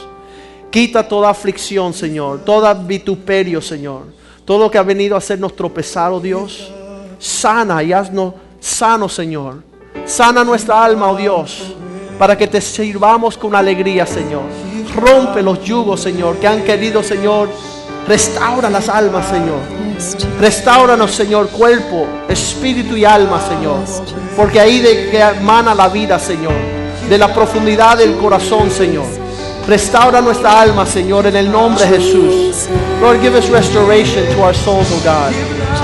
Speaker 1: Quita toda aflicción, Señor, toda vituperio, Señor, todo lo que ha venido a hacernos tropezar, oh Dios. Sana y haznos sano, Señor. Sana nuestra alma, oh Dios, para que te sirvamos con alegría, Señor. Rompe los yugos, Señor, que han querido, Señor. Restaura las almas, Señor. Restauranos, Señor, cuerpo, espíritu y alma, Señor. Porque ahí de que emana la vida, Señor. De la profundidad del corazón, Señor. Restaura nuestra alma, Señor, en el nombre de Jesús. Lord, give us restoration to our souls, oh God.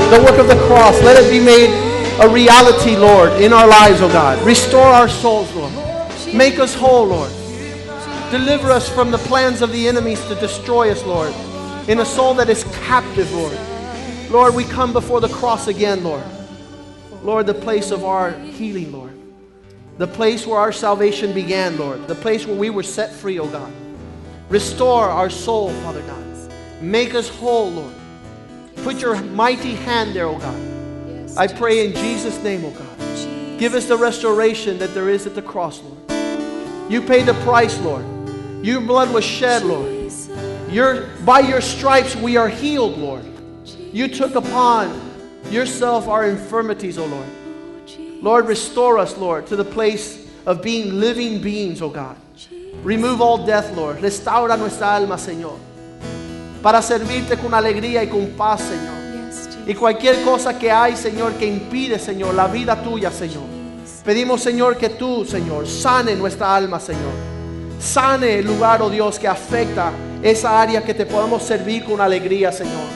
Speaker 1: the work of the cross, let it be made a reality, Lord, in our lives, oh God. Restore our souls, Lord. Make us whole, Lord. Deliver us from the plans of the enemies to destroy us, Lord. In a soul that is captive, Lord. Lord, we come before the cross again, Lord. Lord, the place of our healing, Lord. The place where our salvation began, Lord. The place where we were set free, oh God. Restore our soul, Father God. Make us whole, Lord. Put your mighty hand there, oh God. I pray in Jesus' name, oh God. Give us the restoration that there is at the cross, Lord. You paid the price, Lord. Your blood was shed, Lord. Your, by your stripes we are healed, Lord. You took upon yourself our infirmities, O Lord. Lord, restore us, Lord, to the place of being living beings, oh God. Remove all death, Lord. Restaura nuestra alma, Señor. Para servirte con alegría y con paz, Señor. Y cualquier cosa que hay, Señor, que impide, Señor, la vida tuya, Señor. Pedimos, Señor, que tú, Señor, sane nuestra alma, Señor. Sane el lugar, oh Dios, que afecta esa área que te podamos servir con alegría, Señor.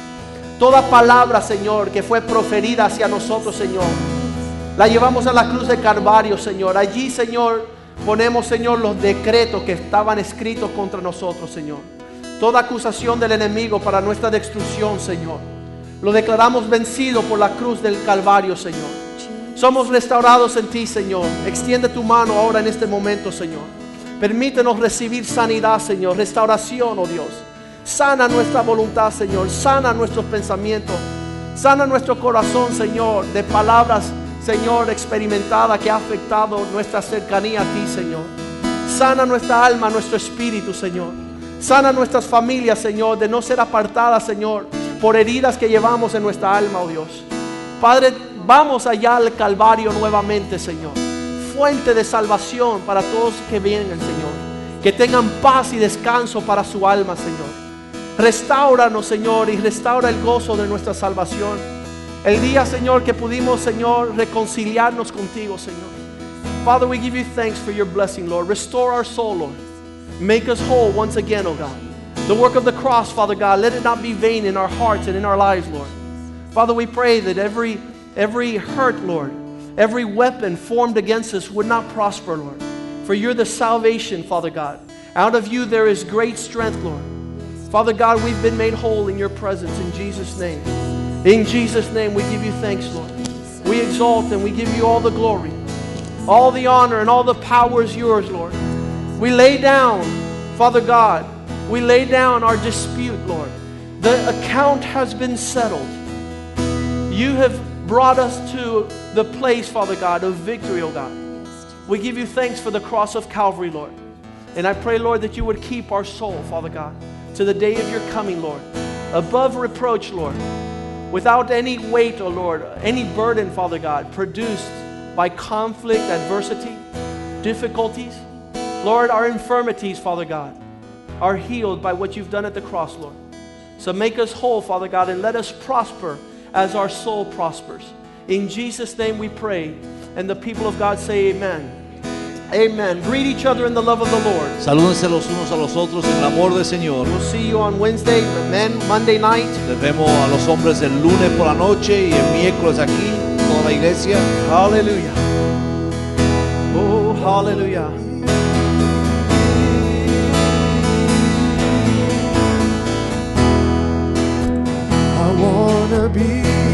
Speaker 1: Toda palabra, Señor, que fue proferida hacia nosotros, Señor, la llevamos a la cruz de Calvario, Señor. Allí, Señor, ponemos, Señor, los decretos que estaban escritos contra nosotros, Señor. Toda acusación del enemigo para nuestra destrucción, Señor. Lo declaramos vencido por la cruz del Calvario, Señor. Somos restaurados en ti, Señor. Extiende tu mano ahora en este momento, Señor. Permítenos recibir sanidad, Señor. Restauración, oh Dios. Sana nuestra voluntad, Señor. Sana nuestros pensamientos. Sana nuestro corazón, Señor, de palabras, Señor, experimentada que ha afectado nuestra cercanía a ti, Señor. Sana nuestra alma, nuestro espíritu, Señor. Sana nuestras familias, Señor, de no ser apartadas, Señor, por heridas que llevamos en nuestra alma, oh Dios. Padre, vamos allá al Calvario nuevamente, Señor. Fuente de salvación para todos que vienen, Señor. Que tengan paz y descanso para su alma, Señor. Restauranos, Señor, y restaura el gozo de nuestra salvación. El día, Señor, que pudimos, Señor, reconciliarnos contigo, Señor. Father, we give you thanks for your blessing, Lord. Restore our soul, Lord. Make us whole once again, oh God. The work of the cross, Father God, let it not be vain in our hearts and in our lives, Lord. Father, we pray that every every hurt, Lord, every weapon formed against us would not prosper, Lord. For you're the salvation, Father God. Out of you there is great strength, Lord. Father God, we've been made whole in your presence in Jesus' name. In Jesus' name, we give you thanks, Lord. We exalt and we give you all the glory. All the honor and all the power is yours, Lord. We lay down, Father God, we lay down our dispute, Lord. The account has been settled. You have brought us to the place, Father God, of victory, O God. We give you thanks for the cross of Calvary, Lord. And I pray, Lord, that you would keep our soul, Father God, to the day of your coming, Lord. Above reproach, Lord. Without any weight, O Lord, any burden, Father God, produced by conflict, adversity, difficulties. Lord, our infirmities, Father God, are healed by what you've done at the cross, Lord. So make us whole, Father God, and let us prosper as our soul prospers. In Jesus' name we pray. And the people of God say, Amen. Amen. Greet each other in the love of the Lord.
Speaker 2: Salúdense los unos a los otros en el amor del Señor.
Speaker 1: We'll see you on Wednesday, men, Monday night.
Speaker 2: Les vemos a los hombres el lunes por la noche y el miércoles aquí, toda la iglesia.
Speaker 1: Hallelujah. Oh, hallelujah.
Speaker 3: I wanna be